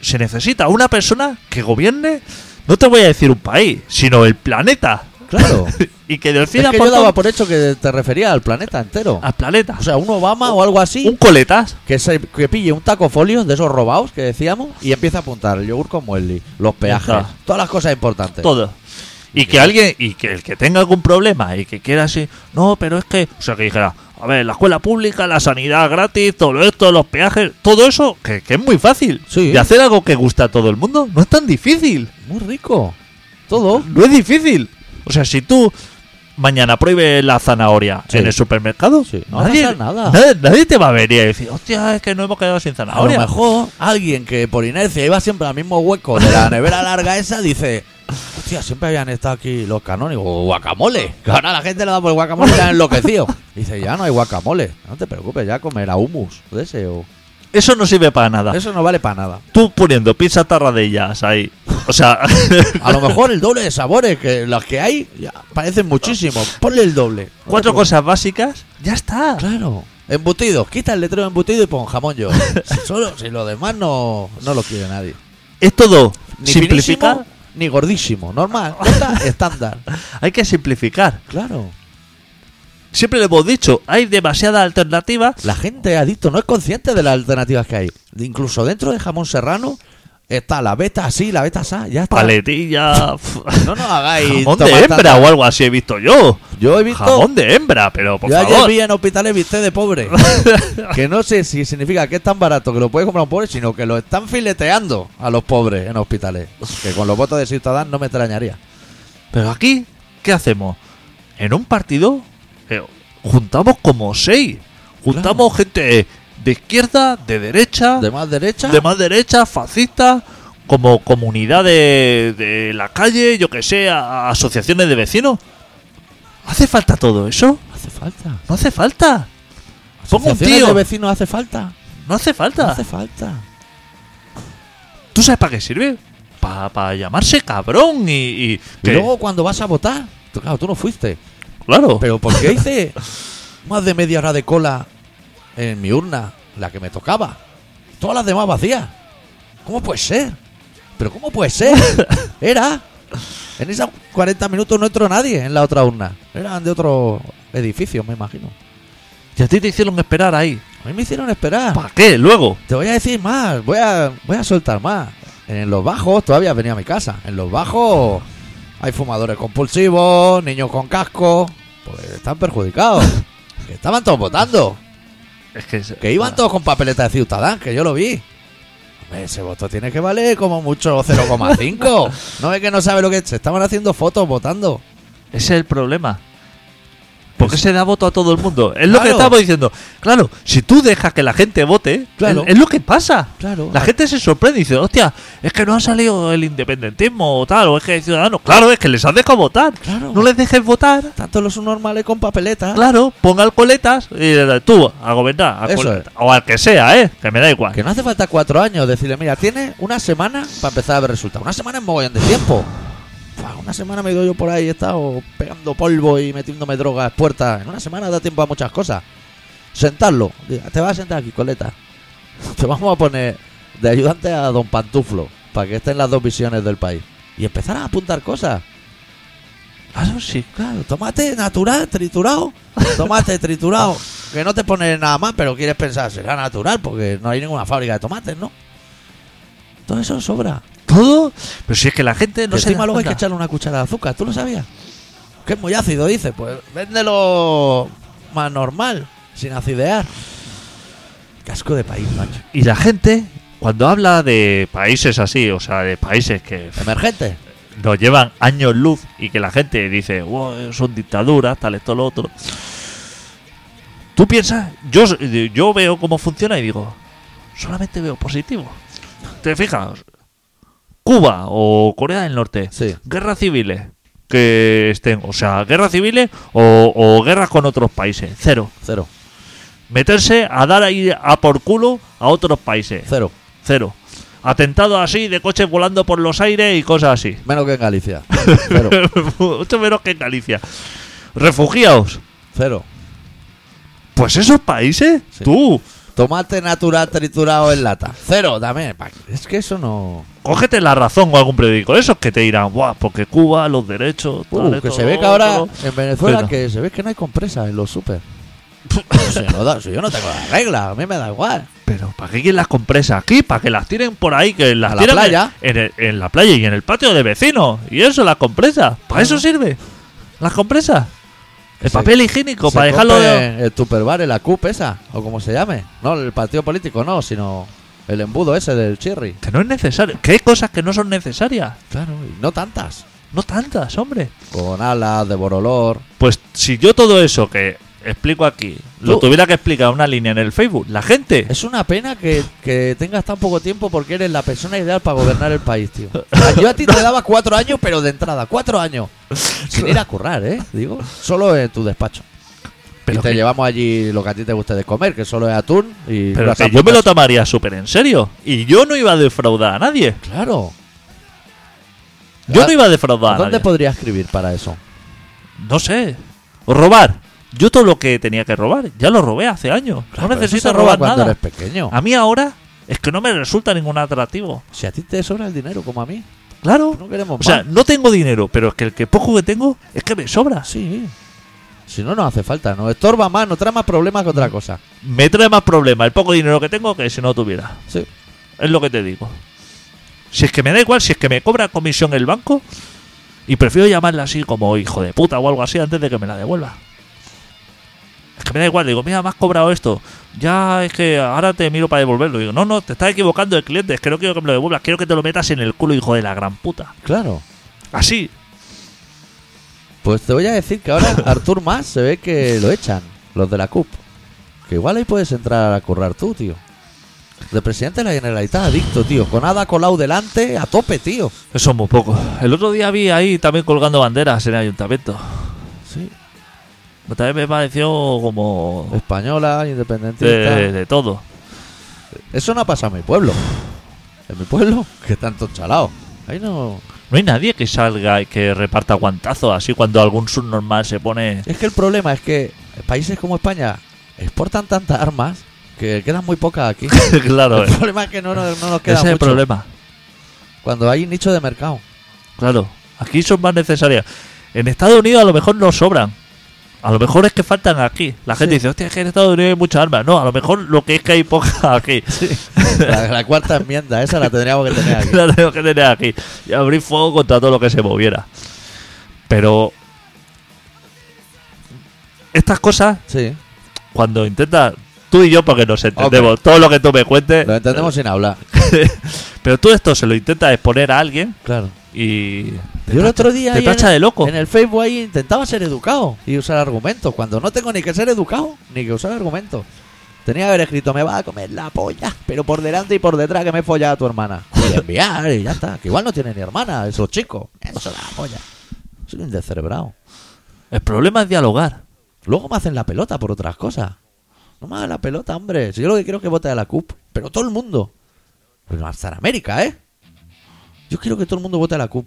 Speaker 2: se necesita una persona que gobierne, no te voy a decir un país, sino el planeta.
Speaker 1: Claro.
Speaker 2: y que
Speaker 1: Es
Speaker 2: decida
Speaker 1: que
Speaker 2: por
Speaker 1: yo daba
Speaker 2: todo-
Speaker 1: por hecho que te refería al planeta entero.
Speaker 2: al planeta.
Speaker 1: O sea, un Obama o algo
Speaker 2: un
Speaker 1: así
Speaker 2: coletas.
Speaker 1: que, se, que pille un taco folio de esos robados que decíamos y empieza a apuntar el yogur con muesli, los peajes,
Speaker 2: Ajá.
Speaker 1: todas las cosas importantes.
Speaker 2: Todo. Y que alguien, y que el que tenga algún problema y que quiera así, no, pero es que, o sea, que dijera, A ver, la escuela pública, la sanidad gratis, todo esto, los peajes, todo eso, que, que es muy fácil.
Speaker 1: Sí.
Speaker 2: Y hacer algo que gusta a todo el mundo no es tan difícil.
Speaker 1: Muy rico. Todo.
Speaker 2: No es difícil. O sea, si tú mañana prohíbes la zanahoria
Speaker 1: Sí.
Speaker 2: en el supermercado,
Speaker 1: Sí, no va a pasar nada.
Speaker 2: Nadie, nadie te va a venir y decir, hostia, es que no hemos quedado
Speaker 1: A
Speaker 2: sin
Speaker 1: lo
Speaker 2: zanahoria.
Speaker 1: mejor alguien que por inercia iba siempre al mismo hueco de la nevera larga esa dice. Hostia, siempre habían estado aquí los canónigos. o Guacamole. Que ahora la gente le da por el guacamole y ya han enloquecido. Dice, ya no hay guacamole. No te preocupes, ya comerá humus de ese o-
Speaker 2: Eso no sirve para nada.
Speaker 1: Eso no vale para nada.
Speaker 2: Tú poniendo pizza tarradellas ahí. O sea,
Speaker 1: A lo mejor el doble de sabores que los que hay ya parecen muchísimos. Ponle el doble.
Speaker 2: cuatro
Speaker 1: No te
Speaker 2: cosas básicas, ya está.
Speaker 1: preocupes. Claro. Embutidos. Quita el letrero de embutido y pon jamón yo. Si Solo si lo demás no, no lo quiere nadie.
Speaker 2: Es todo.
Speaker 1: Ni
Speaker 2: Simplificar.
Speaker 1: finísimo, ni gordísimo. Normal. Ya está, estándar.
Speaker 2: Hay que simplificar.
Speaker 1: Claro.
Speaker 2: Siempre lo hemos dicho, hay demasiadas alternativas.
Speaker 1: La gente adicto no es consciente de las alternativas que hay. Incluso dentro de jamón serrano está la beta así, la beta asá. Ya está.
Speaker 2: Paletilla.
Speaker 1: No nos hagáis.
Speaker 2: jamón de
Speaker 1: tomar
Speaker 2: hembra
Speaker 1: tanta-
Speaker 2: o algo así he visto yo.
Speaker 1: Yo he visto.
Speaker 2: Jamón de hembra, pero por
Speaker 1: Yo ayer
Speaker 2: favor.
Speaker 1: vi en hospitales viste de pobre. que no sé si significa que es tan barato que lo puede comprar un pobre, sino que lo están fileteando a los pobres en hospitales. Que con los votos de Ciutadán no me extrañaría.
Speaker 2: Pero aquí, ¿qué hacemos? En un partido eh, juntamos como seis. Juntamos gente de izquierda, de derecha,
Speaker 1: ¿De más derecha?
Speaker 2: de más derecha, fascista, como comunidad de, de la calle, yo que sé, a- a asociaciones de vecinos. ¿Hace falta todo eso?
Speaker 1: hace falta.
Speaker 2: No hace falta. Pongo un
Speaker 1: Asociaciones de
Speaker 2: tío.
Speaker 1: vecinos hace falta.
Speaker 2: No hace
Speaker 1: No
Speaker 2: falta.
Speaker 1: hace falta.
Speaker 2: ¿Tú sabes para qué sirve? Para llamarse cabrón y. y
Speaker 1: Y
Speaker 2: que-
Speaker 1: luego cuando vas a votar, tú, claro, tú no fuiste.
Speaker 2: claro.
Speaker 1: Pero ¿por qué hice más de media hora de cola en mi urna, la que me tocaba? Todas las demás vacías. ¿Cómo puede ser? ¿Pero cómo puede ser? Era. En esos 40 minutos no entró nadie en la otra urna. Eran de otro edificio, me imagino.
Speaker 2: Y a ti te hicieron esperar ahí.
Speaker 1: A mí me hicieron esperar.
Speaker 2: ¿Para qué? Luego.
Speaker 1: Te voy a decir más, voy a, voy a soltar más. En los bajos todavía venía a mi casa. En los bajos hay fumadores compulsivos, niños con casco. Pues están perjudicados. que estaban todos votando.
Speaker 2: Es que.
Speaker 1: Que iban todos con papeleta de ciudadán, que yo lo vi. Hombre, ese voto tiene que valer como mucho 0,5. no ve que no sabe lo que... Se estaban haciendo fotos votando.
Speaker 2: Ese es el problema. Porque se da voto a todo el mundo. Es lo que
Speaker 1: Claro.
Speaker 2: estamos diciendo. Claro, si tú dejas que la gente vote,
Speaker 1: Claro.
Speaker 2: es, es lo que pasa.
Speaker 1: Claro. Ah,
Speaker 2: La gente se sorprende y dice, hostia, es que no ha salido el independentismo o tal, o es que hay ciudadanos. Claro, es que les has dejado votar.
Speaker 1: Claro.
Speaker 2: No les dejes votar.
Speaker 1: Tanto los normales con papeleta.
Speaker 2: Claro, ponga al coletas y eh, tú, a gobernar, a
Speaker 1: Eso
Speaker 2: coleta. o al que sea, ¿eh? Que me da igual.
Speaker 1: Que no hace falta cuatro años. Decirle, mira, tiene una semana para empezar a ver resultados. Una semana es mogollón de tiempo. Fua, Una semana me he ido yo por ahí, he estado pegando polvo y metiéndome drogas puertas. En una semana da tiempo a muchas cosas. Sentarlo. Diga, Te vas a sentar aquí, coleta. Te vamos a poner de ayudante a don Pantuflo para que estén las dos visiones del país. Y empezar a apuntar cosas.
Speaker 2: Claro, sí.
Speaker 1: Claro, tomate natural, triturado. Tomate triturado. Que no te pone nada más, pero quieres pensar, será natural, porque no hay ninguna fábrica de tomates, ¿no? Todo eso sobra.
Speaker 2: Todo. Pero si es que la gente no
Speaker 1: No
Speaker 2: se da
Speaker 1: encima luego hay que
Speaker 2: cuenta.
Speaker 1: echarle una cuchara de azúcar, ¿tú lo sabías? Que es muy ácido, dice. Pues véndelo más normal, sin acidear. Casco de país, macho.
Speaker 2: Y la gente, cuando habla de países así, o sea, de países que pff,
Speaker 1: Emergente.
Speaker 2: nos llevan años luz y que la gente dice, wow, son dictaduras, tal, esto, lo otro. Tú piensas, yo, yo veo cómo funciona y digo, solamente veo positivo. Te fijas, Cuba o Corea del Norte,
Speaker 1: Sí.
Speaker 2: guerras civiles que estén, o sea, guerras civiles o, o guerras con otros países, cero.
Speaker 1: Cero,
Speaker 2: Meterse a dar ahí a por culo a otros países,
Speaker 1: cero.
Speaker 2: cero. Atentados así de coches volando por los aires y cosas así.
Speaker 1: Menos que en Galicia. Cero,
Speaker 2: Mucho menos que en Galicia. Refugiados.
Speaker 1: cero.
Speaker 2: Pues esos países,
Speaker 1: Sí.
Speaker 2: tú,
Speaker 1: Tomate natural triturado en lata. Cero, dame. pa- Es que eso no.
Speaker 2: cógete la razón o algún periódico. Esos que te dirán, guau, porque Cuba, los derechos,
Speaker 1: Uh,
Speaker 2: tal,
Speaker 1: que
Speaker 2: esto,
Speaker 1: se ve que
Speaker 2: lo
Speaker 1: ahora
Speaker 2: otro".
Speaker 1: en Venezuela
Speaker 2: Pero-
Speaker 1: que se ve que no hay compresa en los super. Si no da- si yo no tengo la regla, a mí me da igual.
Speaker 2: Pero ¿para qué quieren las compresas aquí? Para que las tiren por ahí, que las
Speaker 1: A la
Speaker 2: tiren en-
Speaker 1: playa.
Speaker 2: En, el- en la playa y en el patio de vecinos. Y eso, las compresas. ¿Para eso sirve? ¿Las compresas? El
Speaker 1: Se-
Speaker 2: papel higiénico,
Speaker 1: Se
Speaker 2: para dejarlo.
Speaker 1: compre El Tupperware, la CUP esa, o como se llame. No, el partido político no, sino el embudo ese del Cherry.
Speaker 2: Que no es necesario. Que hay cosas que no son necesarias.
Speaker 1: Claro, y no tantas.
Speaker 2: No tantas, hombre.
Speaker 1: Con alas de borolor.
Speaker 2: Pues si yo todo eso que explico aquí lo
Speaker 1: Tú-
Speaker 2: tuviera que explicar en una línea en el Facebook, la gente.
Speaker 1: Es una pena que, que tengas tan poco tiempo porque eres la persona ideal para gobernar el país, tío. O sea, Yo a ti te daba cuatro años, pero de entrada, cuatro años. Sin ir a currar, ¿eh? Digo, solo en tu despacho.
Speaker 2: Pero
Speaker 1: y te
Speaker 2: que-
Speaker 1: llevamos allí lo que a ti te guste de comer, que solo es atún y...
Speaker 2: Pero
Speaker 1: unas
Speaker 2: que yo me lo
Speaker 1: hamburguesas.
Speaker 2: tomaría súper en serio. Y yo no iba a defraudar a nadie.
Speaker 1: Claro.
Speaker 2: Yo
Speaker 1: Ah,
Speaker 2: no iba a defraudar a
Speaker 1: ¿Dónde
Speaker 2: nadie.
Speaker 1: podría escribir para eso?
Speaker 2: No sé. O robar. Yo todo lo que tenía que robar, ya lo robé hace años. no
Speaker 1: Pero eso
Speaker 2: necesito
Speaker 1: se roba
Speaker 2: robar
Speaker 1: cuando
Speaker 2: nada. Ah.
Speaker 1: eres pequeño.
Speaker 2: A mí ahora es que no me resulta ningún atractivo.
Speaker 1: Si a ti te sobra el dinero como a mí,
Speaker 2: Claro.
Speaker 1: no queremos
Speaker 2: O sea,
Speaker 1: más.
Speaker 2: no tengo dinero, pero es que el que poco que tengo es que me sobra.
Speaker 1: sí. Si no nos hace falta, nos estorba más, nos trae más problemas que otra cosa.
Speaker 2: Me trae más problemas el poco dinero que tengo que si no tuviera.
Speaker 1: Sí.
Speaker 2: Es lo que te digo. Si es que me da igual, si es que me cobra comisión el banco y prefiero llamarla así como hijo de puta o algo así antes de que me la devuelva. Es que me da igual, digo, mira, me has cobrado esto. Ya es que ahora te miro para devolverlo. Digo, no, no, te estás equivocando el cliente, es que no quiero que me lo devuelvas, quiero que te lo metas en el culo, hijo de la gran puta.
Speaker 1: Claro.
Speaker 2: Así.
Speaker 1: Pues te voy a decir que ahora Artur Más se ve que lo echan, los de la CUP. Que igual ahí puedes entrar a currar tú, tío. De presidente de la Generalitat, adicto, tío. Con Ada Colau delante, a tope, tío.
Speaker 2: Eso es muy poco. El otro día vi ahí también colgando banderas en el ayuntamiento.
Speaker 1: Sí.
Speaker 2: Pero También me pareció como...
Speaker 1: Española,
Speaker 2: De,
Speaker 1: independentista.
Speaker 2: de- de todo.
Speaker 1: Eso no ha pasado en mi pueblo. En mi pueblo, que tanto chalao. Ahí no.
Speaker 2: No hay nadie que salga y que reparta guantazos así cuando algún subnormal se pone.
Speaker 1: Es que el problema es que países como España exportan tantas armas que quedan muy pocas aquí.
Speaker 2: claro,
Speaker 1: El
Speaker 2: eh.
Speaker 1: problema es que no, nos- no nos
Speaker 2: ese
Speaker 1: queda
Speaker 2: es el
Speaker 1: mucho.
Speaker 2: problema.
Speaker 1: Cuando hay nicho de mercado.
Speaker 2: Claro, aquí son más necesarias. En Estados Unidos a lo mejor no sobran. A lo mejor es que faltan aquí. La gente
Speaker 1: Sí.
Speaker 2: dice, hostia, es que en Estados Unidos hay muchas armas. No, a lo mejor lo que es que hay pocas aquí.
Speaker 1: La, la cuarta enmienda, esa la tendríamos que tener aquí.
Speaker 2: La tengo que tener aquí. Y abrir fuego contra todo lo que se moviera. Pero. Estas cosas,
Speaker 1: Sí,
Speaker 2: cuando intentas. Tú y yo, porque nos entendemos. Todo lo que tú me cuentes.
Speaker 1: lo entendemos sin hablar.
Speaker 2: Pero tú esto se lo intentas exponer a alguien
Speaker 1: Claro.
Speaker 2: y.
Speaker 1: Yo el otro día
Speaker 2: Te
Speaker 1: ahí en,
Speaker 2: tacha de loco.
Speaker 1: en el Facebook ahí intentaba ser educado y usar argumentos. Cuando no tengo ni que ser educado ni que usar argumentos. Tenía que haber escrito, me va a comer la polla, pero por delante y por detrás que me he follado a tu hermana. Y enviar y ya está. Que igual no tiene ni hermana, esos chicos. Eso es la polla. Soy un descerebrado.
Speaker 2: El problema es dialogar.
Speaker 1: Luego me hacen la pelota por otras cosas. No me hagas la pelota, hombre. Si yo lo que quiero es que vote a la CUP. Pero todo el mundo. Pero hasta en América, ¿eh? Yo quiero que todo el mundo vote a la CUP.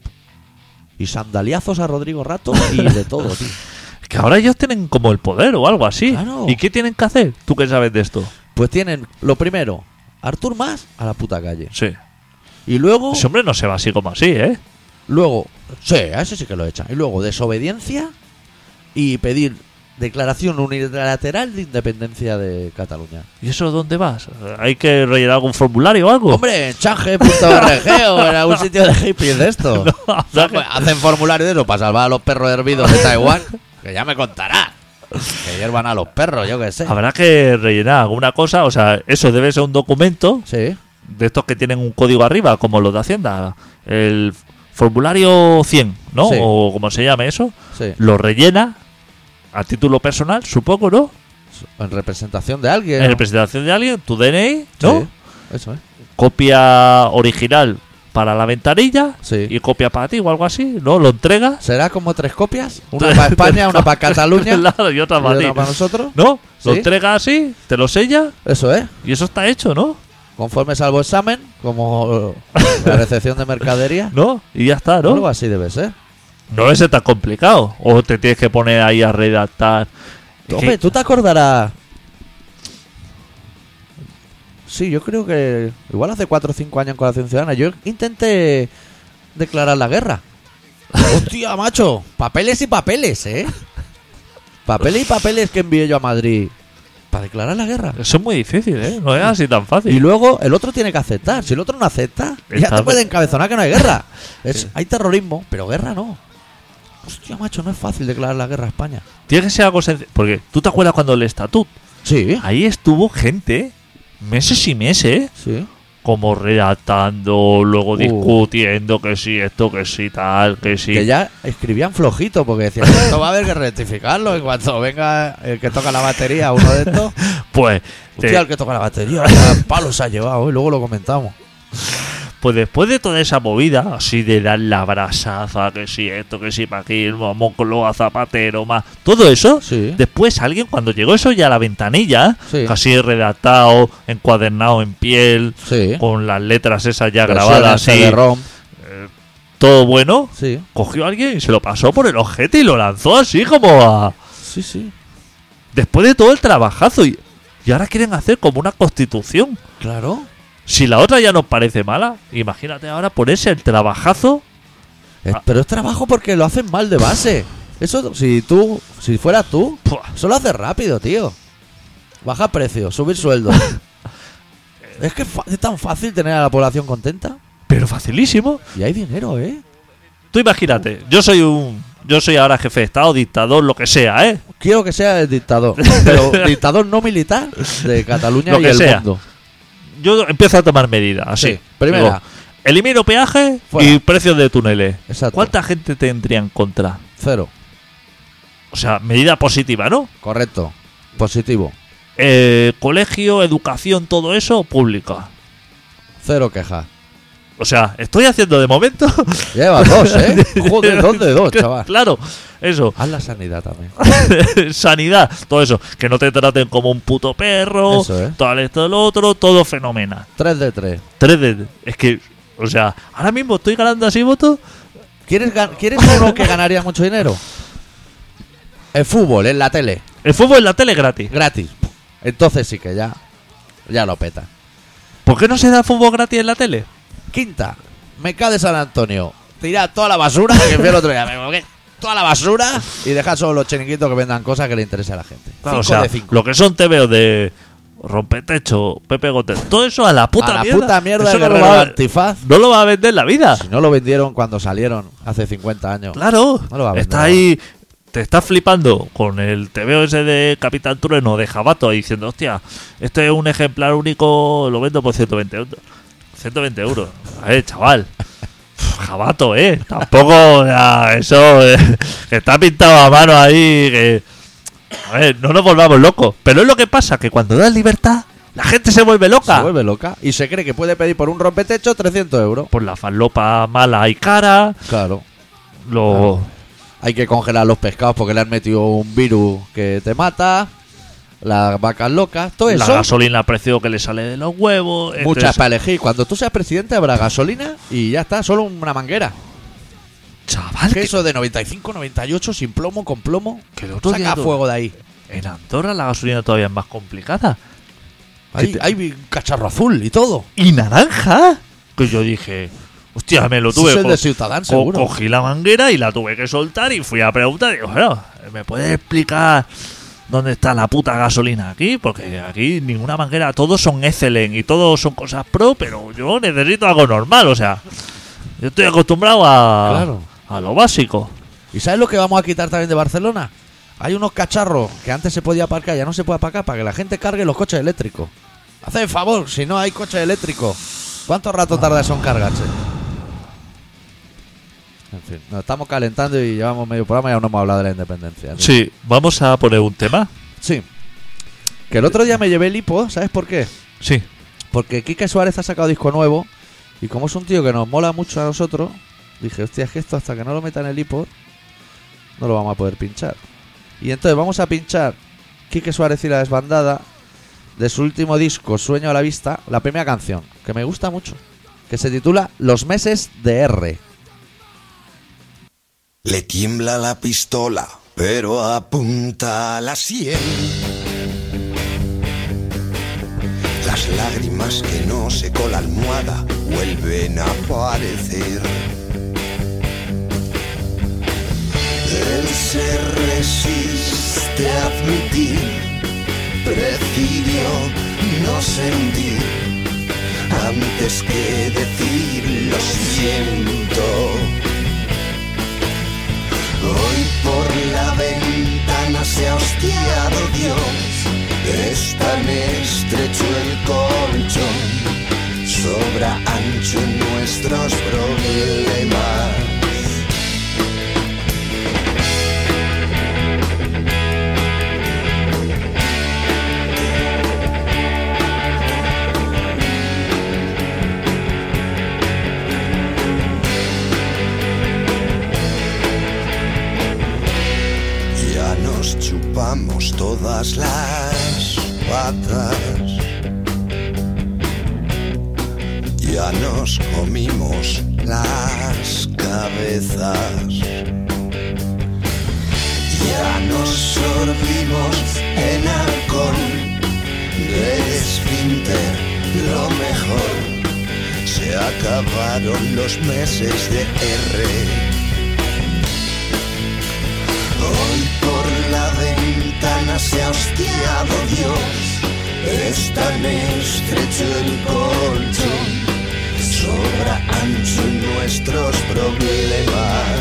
Speaker 1: Y sandaliazos a Rodrigo Rato y de todo, tío.
Speaker 2: Es Que ahora ellos tienen como el poder o algo así.
Speaker 1: Claro.
Speaker 2: ¿Y qué tienen que hacer? ¿Tú qué sabes de esto?
Speaker 1: Pues tienen, lo primero, Artur Más a la puta calle.
Speaker 2: Sí.
Speaker 1: Y luego,
Speaker 2: Ese hombre no se va así como así, ¿eh?
Speaker 1: luego, sí, a ese sí que lo echan. Y luego, desobediencia y pedir declaración unilateral de independencia de Cataluña.
Speaker 2: ¿Y eso dónde vas? ¿Hay que rellenar algún formulario o algo?
Speaker 1: Hombre, en change.org o en algún sitio de hippies de esto. pues, Hacen formulario de eso para salvar a los perros hervidos de Taiwán. Que ya me contará. Que hiervan a los perros, yo qué sé.
Speaker 2: Habrá que rellenar alguna cosa. O sea, eso debe ser un documento
Speaker 1: Sí,
Speaker 2: de estos que tienen un código arriba, como los de Hacienda. El formulario 100, ¿no?
Speaker 1: Sí.
Speaker 2: O como se llame eso.
Speaker 1: sí.
Speaker 2: Lo rellena a título personal, supongo, ¿no?
Speaker 1: En representación de alguien.
Speaker 2: en representación de alguien, tu DNI, ¿no?
Speaker 1: Sí, Eso es.
Speaker 2: Copia original para la ventanilla
Speaker 1: Sí.
Speaker 2: y copia para ti o algo así, ¿no? Lo entregas.
Speaker 1: ¿Será como tres copias? Una para España, una para Cataluña y
Speaker 2: Claro, y otra para ti.
Speaker 1: otra para nosotros.
Speaker 2: ¿No? Lo
Speaker 1: Sí.
Speaker 2: entregas así, te lo sella
Speaker 1: Eso es.
Speaker 2: y eso está hecho, ¿no?
Speaker 1: Conforme salvo examen, como la recepción de mercadería.
Speaker 2: ¿No? Y ya está,
Speaker 1: Algo
Speaker 2: ¿no?
Speaker 1: así debe ser.
Speaker 2: No es tan complicado. O te tienes que poner ahí a redactar. Es
Speaker 1: Hombre,
Speaker 2: que-
Speaker 1: tú te acordarás. Sí, yo creo que. Igual hace 4 o 5 años en Coalición Ciudadana. Yo intenté declarar la guerra. Hostia, macho. Papeles y papeles, ¿eh? Papeles y papeles que envié yo a Madrid. Para declarar la guerra.
Speaker 2: Eso es muy difícil, ¿eh? No es así tan
Speaker 1: Y
Speaker 2: fácil.
Speaker 1: luego el otro tiene que aceptar. Si el otro no acepta, ya
Speaker 2: Está-
Speaker 1: te puede encabezonar que no hay guerra. Es- Hay terrorismo, pero guerra no. Hostia, macho, no es fácil declarar la guerra a España.
Speaker 2: Tiene que ser algo sencillo. Porque tú te acuerdas cuando el estatut.
Speaker 1: Sí,
Speaker 2: Ahí estuvo gente, meses y meses,
Speaker 1: sí.
Speaker 2: como redactando, luego
Speaker 1: Uh.
Speaker 2: discutiendo que sí, esto, que sí, tal, que sí.
Speaker 1: Que ya escribían flojito porque decían, esto va a haber que rectificarlo. En cuanto venga el que toca la batería, uno de estos.
Speaker 2: Pues, te-
Speaker 1: Hostia, el que toca la batería, vaya palo se ha llevado. Y luego lo comentamos.
Speaker 2: pues después de toda esa movida, así de dar la brasaza, que sí, esto, que sí, para aquí, Moncloa, Zapatero, más. Todo eso,
Speaker 1: Sí.
Speaker 2: Después alguien, cuando llegó eso ya a la ventanilla,
Speaker 1: Sí.
Speaker 2: así redactado, encuadernado en piel,
Speaker 1: Sí.
Speaker 2: con las letras esas ya
Speaker 1: Versiones
Speaker 2: grabadas, así,
Speaker 1: CD-ROM,
Speaker 2: todo bueno,
Speaker 1: Sí.
Speaker 2: cogió a alguien y se lo pasó por el ojete y lo lanzó así como a...
Speaker 1: Sí, sí.
Speaker 2: Después de todo el trabajazo y, y ahora quieren hacer como una constitución.
Speaker 1: Claro.
Speaker 2: Si la otra ya nos parece mala, imagínate ahora ponerse el trabajazo.
Speaker 1: Es-
Speaker 2: Ah.
Speaker 1: Pero es trabajo porque lo hacen mal de base. Eso, si tú, si fueras tú,
Speaker 2: ¡pua!
Speaker 1: eso lo haces rápido, tío. Baja precio, subir sueldo. es que es fa- es tan fácil tener a la población contenta.
Speaker 2: Pero facilísimo.
Speaker 1: Y hay dinero, ¿eh?
Speaker 2: Tú imagínate, yo soy un... Yo soy ahora jefe de Estado, dictador, lo que sea, ¿eh?
Speaker 1: Quiero que sea el dictador. Pero dictador no militar de Cataluña
Speaker 2: Lo
Speaker 1: y
Speaker 2: que
Speaker 1: el
Speaker 2: sea.
Speaker 1: mundo.
Speaker 2: yo empiezo a tomar medidas. Así.
Speaker 1: Sí, primera.
Speaker 2: Digo, elimino peaje
Speaker 1: Fuera.
Speaker 2: y precios de túneles.
Speaker 1: Exacto.
Speaker 2: ¿Cuánta gente tendría en contra?
Speaker 1: Cero.
Speaker 2: O sea, medida positiva, ¿no?
Speaker 1: Correcto. Positivo.
Speaker 2: Eh, colegio, educación, todo eso, pública.
Speaker 1: Cero quejas.
Speaker 2: O sea, estoy haciendo de momento.
Speaker 1: Lleva dos, ¿eh? Joder, dos de dos, Oh, chaval.
Speaker 2: claro, eso.
Speaker 1: Haz la sanidad también.
Speaker 2: Sanidad, todo eso. Que no te traten como un puto perro.
Speaker 1: Eso, ¿eh?
Speaker 2: Tal, esto, lo otro, todo fenomenal.
Speaker 1: Tres de tres.
Speaker 2: Tres de. Es que, o sea, ahora mismo estoy ganando así votos.
Speaker 1: ¿Quieres, gan- ¿Quieres uno que ganaría mucho dinero? El fútbol, en la tele,
Speaker 2: El fútbol en la tele es gratis.
Speaker 1: gratis. Entonces sí que ya, ya lo peta.
Speaker 2: ¿Por qué no se da fútbol gratis en la tele?
Speaker 1: Quinta, Meca de San Antonio. Tira toda la basura que fui el otro día. me equivoqué. Toda la basura y deja solo los chiringuitos que vendan cosas que le interese a la gente.
Speaker 2: Claro,
Speaker 1: cinco
Speaker 2: o sea,
Speaker 1: de cinco.
Speaker 2: lo que son TVO de Rompetecho, Pepe Gotel, todo eso a la puta
Speaker 1: a la
Speaker 2: mierda.
Speaker 1: puta mierda de
Speaker 2: Eso no lo,
Speaker 1: Guerrero
Speaker 2: va,
Speaker 1: Antifaz.
Speaker 2: no lo va a vender la vida.
Speaker 1: Si no lo vendieron cuando salieron hace 50 años.
Speaker 2: Claro,
Speaker 1: No lo va a vender,
Speaker 2: está ahí, te estás flipando con el TVO ese de Capitán Trueno de Jabato y diciendo, hostia, este es un ejemplar único, lo vendo por 120 euros. 120 euros, a ver, chaval. Pff, Jabato, eh. Tampoco, o sea, eso, eh, que está pintado a mano ahí, que. A ver, no nos volvamos locos. Pero es lo que pasa, que cuando das libertad, la gente se vuelve loca.
Speaker 1: Se vuelve loca y se cree que puede pedir por un rompetecho 300 euros.
Speaker 2: Por la falopa mala y cara,
Speaker 1: Claro.
Speaker 2: lo.
Speaker 1: Hay que congelar los pescados porque le han metido un virus que te mata. Las vacas locas, todo
Speaker 2: la
Speaker 1: eso.
Speaker 2: gasolina a precio que le sale de los huevos.
Speaker 1: Muchas
Speaker 2: entonces,
Speaker 1: para elegir. Cuando tú seas presidente habrá gasolina y ya está, solo una manguera.
Speaker 2: Chaval,
Speaker 1: Que
Speaker 2: Ah, que, Pues
Speaker 1: eso de 95, 98, sin plomo, con plomo.
Speaker 2: que el otro día
Speaker 1: Saca
Speaker 2: tu-
Speaker 1: fuego de ahí.
Speaker 2: En Andorra la gasolina todavía es más complicada.
Speaker 1: Hay,
Speaker 2: te-
Speaker 1: hay un cacharro azul y todo.
Speaker 2: ¿Y naranja? Que yo dije, hostia, me lo
Speaker 1: Eso
Speaker 2: tuve.
Speaker 1: es el
Speaker 2: co-
Speaker 1: de Ciutadán,
Speaker 2: co-
Speaker 1: seguro.
Speaker 2: cogí la manguera y la tuve que soltar y fui a preguntar. Digo, bueno, ¿me puedes explicar dónde está la puta gasolina aquí? Porque aquí ninguna manguera, todos son Excelen y todos son cosas pro, pero yo necesito algo normal, o sea. Yo estoy acostumbrado a,
Speaker 1: Claro.
Speaker 2: a lo básico.
Speaker 1: ¿Y sabes lo que vamos a quitar también de Barcelona? Hay unos cacharros que antes se podía aparcar, ya no se puede aparcar para que la gente cargue los coches eléctricos. Haced el favor, si no hay coches eléctricos. ¿Cuánto rato tarda eso en cargarse? En fin, nos estamos calentando y llevamos medio programa y aún no hemos hablado de la independencia. tío.
Speaker 2: Sí, vamos a poner un tema.
Speaker 1: Sí. Que el otro día me llevé el hipo, ¿sabes por qué?
Speaker 2: Sí.
Speaker 1: Porque Quique Suárez ha sacado disco nuevo y como es un tío que nos mola mucho a nosotros, dije, hostia, es que esto hasta que no lo metan en el iPod no lo vamos a poder pinchar. Y entonces vamos a pinchar Quique Suárez y la desbandada de su último disco, Sueño a la Vista, la primera canción, que me gusta mucho, que se titula Los meses de R.
Speaker 3: Le tiembla la pistola, pero apunta a la sien. Las lágrimas que no secó la almohada vuelven a aparecer. Él se resiste a admitir, prefirió no sentir antes que decir lo siento. demasiado Dios, es tan estrecho el colchón, sobra ancho en nuestros problemas. Ya nos chupamos todas las patas. Ya nos comimos las cabezas. Ya nos sorbimos en alcohol. Del esfínter, lo mejor. Se acabaron los meses de R. Hoy por la ventana se ha hostiado Dios, es tan estrecho el colchón, sobra ancho en nuestros problemas.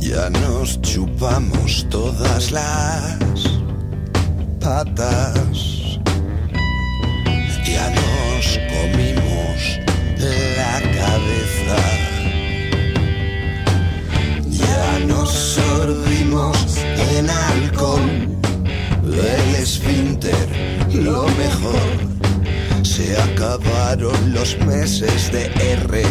Speaker 3: Ya nos chupamos todas las patas. Ya nos comimos la cabeza. Ya nos sorbimos en alcohol. Del esfínter, lo mejor. Se acabaron los meses de R.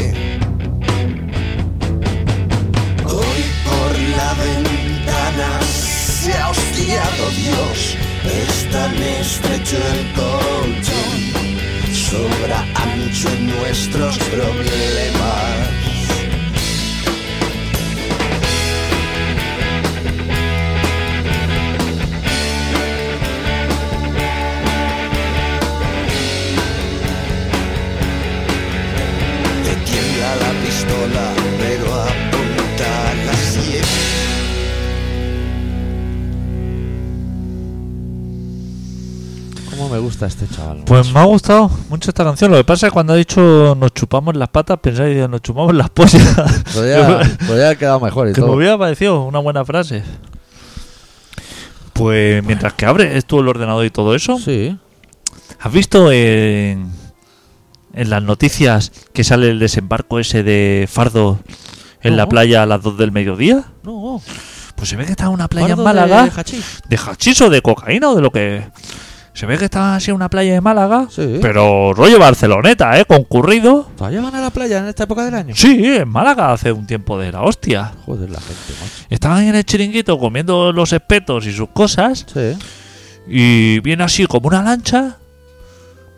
Speaker 3: Hoy por la ventana se ha hostiado Dios, es tan estrecho el colchón, sobra ancho en nuestros problemas. Te tiembla la pistola, pero apunta a las siete.
Speaker 1: ¿Cómo me gusta este chaval?
Speaker 2: Pues
Speaker 1: macho?
Speaker 2: me ha gustado mucho esta canción. Lo que pasa es que cuando ha dicho nos chupamos las patas, pensé que nos chupamos las pollas.
Speaker 1: podría, podría haber quedado mejor y
Speaker 2: que me
Speaker 1: todo.
Speaker 2: hubiera parecido una buena frase. Pues mientras que abres tú el ordenador y todo eso,
Speaker 1: Sí.
Speaker 2: ¿has visto en, en las noticias que sale el desembarco ese de Fardo en la
Speaker 1: No.
Speaker 2: playa a las 2 del mediodía?
Speaker 1: No,
Speaker 2: Pues se ve que está en una playa
Speaker 1: Pardo
Speaker 2: en Málaga.
Speaker 1: de hachís.
Speaker 2: de hachís o de cocaína o de lo que. Se ve que estaba así en una playa de Málaga,
Speaker 1: Sí.
Speaker 2: pero rollo Barceloneta, ¿eh? Concurrido.
Speaker 1: ¿Todavía van a la playa en esta época del año?
Speaker 2: Sí, en Málaga hace un tiempo de la hostia.
Speaker 1: Joder, la gente, macho.
Speaker 2: Estaban ahí en el chiringuito comiendo los espetos y sus cosas,
Speaker 1: Sí.
Speaker 2: y viene así como una lancha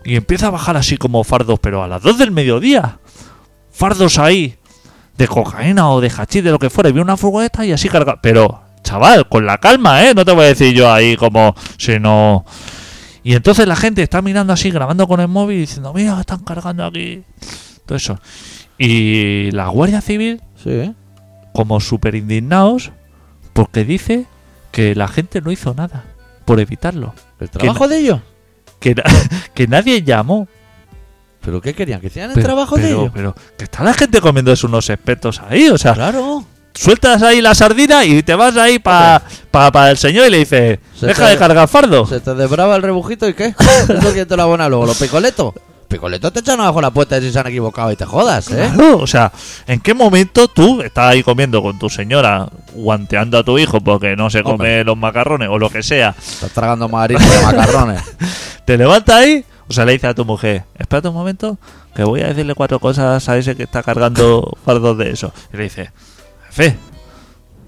Speaker 2: y empieza a bajar así como fardos, pero a las 2 del mediodía. Fardos ahí, de cocaína o de hachís, de lo que fuera, y viene una furgoneta y así carga. Pero, chaval, con la calma, ¿eh? No te voy a decir yo ahí como, si no. Y entonces la gente está mirando así, grabando con el móvil, diciendo, mira, están cargando aquí. Todo eso. Y la Guardia Civil,
Speaker 1: Sí.
Speaker 2: como súper indignados, porque dice que la gente no hizo nada por evitarlo
Speaker 1: ¿El trabajo de ellos?
Speaker 2: que, na- que nadie llamó.
Speaker 1: ¿Pero qué querían? ¿Que hicieran el
Speaker 2: Pero-
Speaker 1: trabajo de
Speaker 2: pero,
Speaker 1: ellos?
Speaker 2: pero que está la gente comiéndose unos espetos ahí. O sea,
Speaker 1: Claro.
Speaker 2: sueltas ahí la sardina y te vas ahí para pa, pa el señor y le dices,
Speaker 1: Se
Speaker 2: deja
Speaker 1: te-
Speaker 2: de cargar fardo.
Speaker 1: Se te desbraba el rebujito y qué? ¿Eso quién te lo abona luego? ¿Los picoletos? Picoletos te echan abajo la puerta si se han equivocado y te jodas, ¿eh?
Speaker 2: Claro, o sea, ¿en qué momento tú estás ahí comiendo con tu señora, guanteando a tu hijo porque no se come
Speaker 1: Hombre.
Speaker 2: los macarrones o lo que sea?
Speaker 1: Estás tragando mariscos de macarrones.
Speaker 2: Te levantas ahí, o sea, le dices a tu mujer, espérate un momento, que voy a decirle cuatro cosas a ese que está cargando fardos de eso. Y le dices, jefe,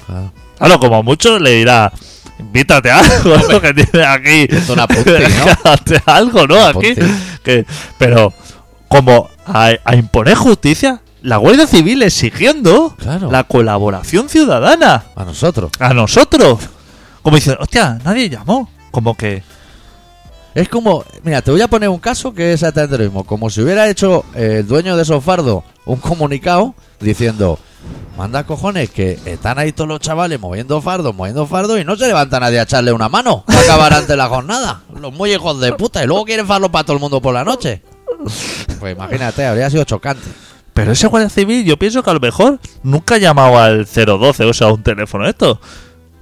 Speaker 1: Claro.
Speaker 2: Claro, como mucho le dirá, invítate a algo que tiene aquí.
Speaker 1: Esto una punti, ¿no?
Speaker 2: Hazte algo, ¿no?
Speaker 1: Una
Speaker 2: Aquí.
Speaker 1: punti.
Speaker 2: Que, pero, como a, a imponer justicia, la Guardia Civil exigiendo
Speaker 1: Claro.
Speaker 2: la colaboración ciudadana
Speaker 1: A nosotros.
Speaker 2: a nosotros. Como dicen, hostia, nadie llamó. Como que
Speaker 1: Es como, mira, te voy a poner un caso que es exactamente lo mismo. Como si hubiera hecho eh, el dueño de esos fardos un comunicado diciendo, manda cojones que están ahí todos los chavales moviendo fardos, moviendo fardos y no se levanta nadie a echarle una mano para acabar antes la jornada. Los muy hijos de puta y luego quieren farlos para todo el mundo por la noche. Pues imagínate, habría sido chocante.
Speaker 2: Pero ese guardia civil, yo pienso que a lo mejor nunca ha llamado al 012, o sea, a un teléfono de esto.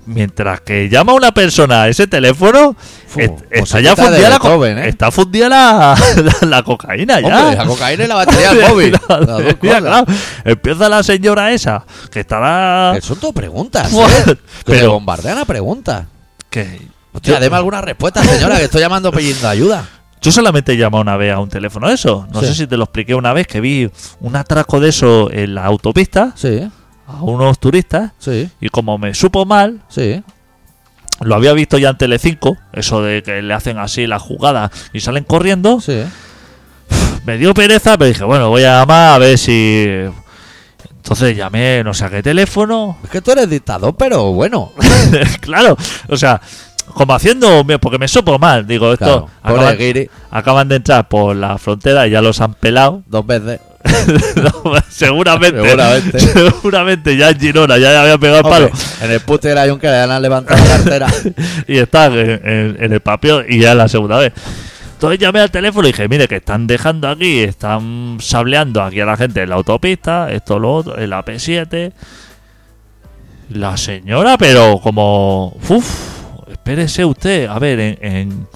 Speaker 2: Mientras que llama a una persona a ese teléfono,
Speaker 1: Fu,
Speaker 2: est-
Speaker 1: pues
Speaker 2: está
Speaker 1: se
Speaker 2: ya
Speaker 1: quita de
Speaker 2: fundida, la, co-
Speaker 1: Beethoven, ¿eh?
Speaker 2: está fundida la, la- la cocaína ya.
Speaker 1: Hombre, la cocaína y la batería del móvil.
Speaker 2: La
Speaker 1: las dos
Speaker 2: batería,
Speaker 1: cosas.
Speaker 2: claro. Empieza la señora esa, que estará...
Speaker 1: Que son todo preguntas,
Speaker 2: Buah,
Speaker 1: ¿eh? Que te
Speaker 2: pero-
Speaker 1: bombardean a preguntas.
Speaker 2: que-
Speaker 1: Hostia,
Speaker 2: yo-
Speaker 1: deme alguna respuesta, señora, que estoy llamando pidiendo ayuda.
Speaker 2: Yo solamente he llamado una vez a un teléfono de eso. No
Speaker 1: Sí.
Speaker 2: sé si te lo expliqué una vez que vi un atraco de eso en la autopista
Speaker 1: Sí,
Speaker 2: a unos turistas
Speaker 1: sí,
Speaker 2: y como me supo mal,
Speaker 1: sí.
Speaker 2: lo había visto ya en Telecinco, eso de que le hacen así la jugada y salen corriendo,
Speaker 1: Sí,
Speaker 2: me dio pereza, pero dije, bueno, voy a llamar a ver si... Entonces llamé, no sé a qué teléfono,
Speaker 1: Es que tú eres dictador, pero bueno.
Speaker 2: claro, o sea, como haciendo, porque me sopo mal, digo, esto
Speaker 1: Claro, pobre
Speaker 2: acaban,
Speaker 1: Guiri,
Speaker 2: acaban de entrar por la frontera y ya los han pelado,
Speaker 1: dos veces.
Speaker 2: No, seguramente,
Speaker 1: Seguramente.
Speaker 2: seguramente ya en Girona ya le había pegado el palo
Speaker 1: Hombre, en el puto de que le han levantado la cartera.
Speaker 2: y está en, en- en el papel y ya es la segunda vez. Entonces llamé al teléfono y dije, mire, que están dejando aquí, están sableando aquí a la gente en la autopista, esto, lo otro, en la P7. La señora, pero como, uff, espérese usted, a ver, en, en-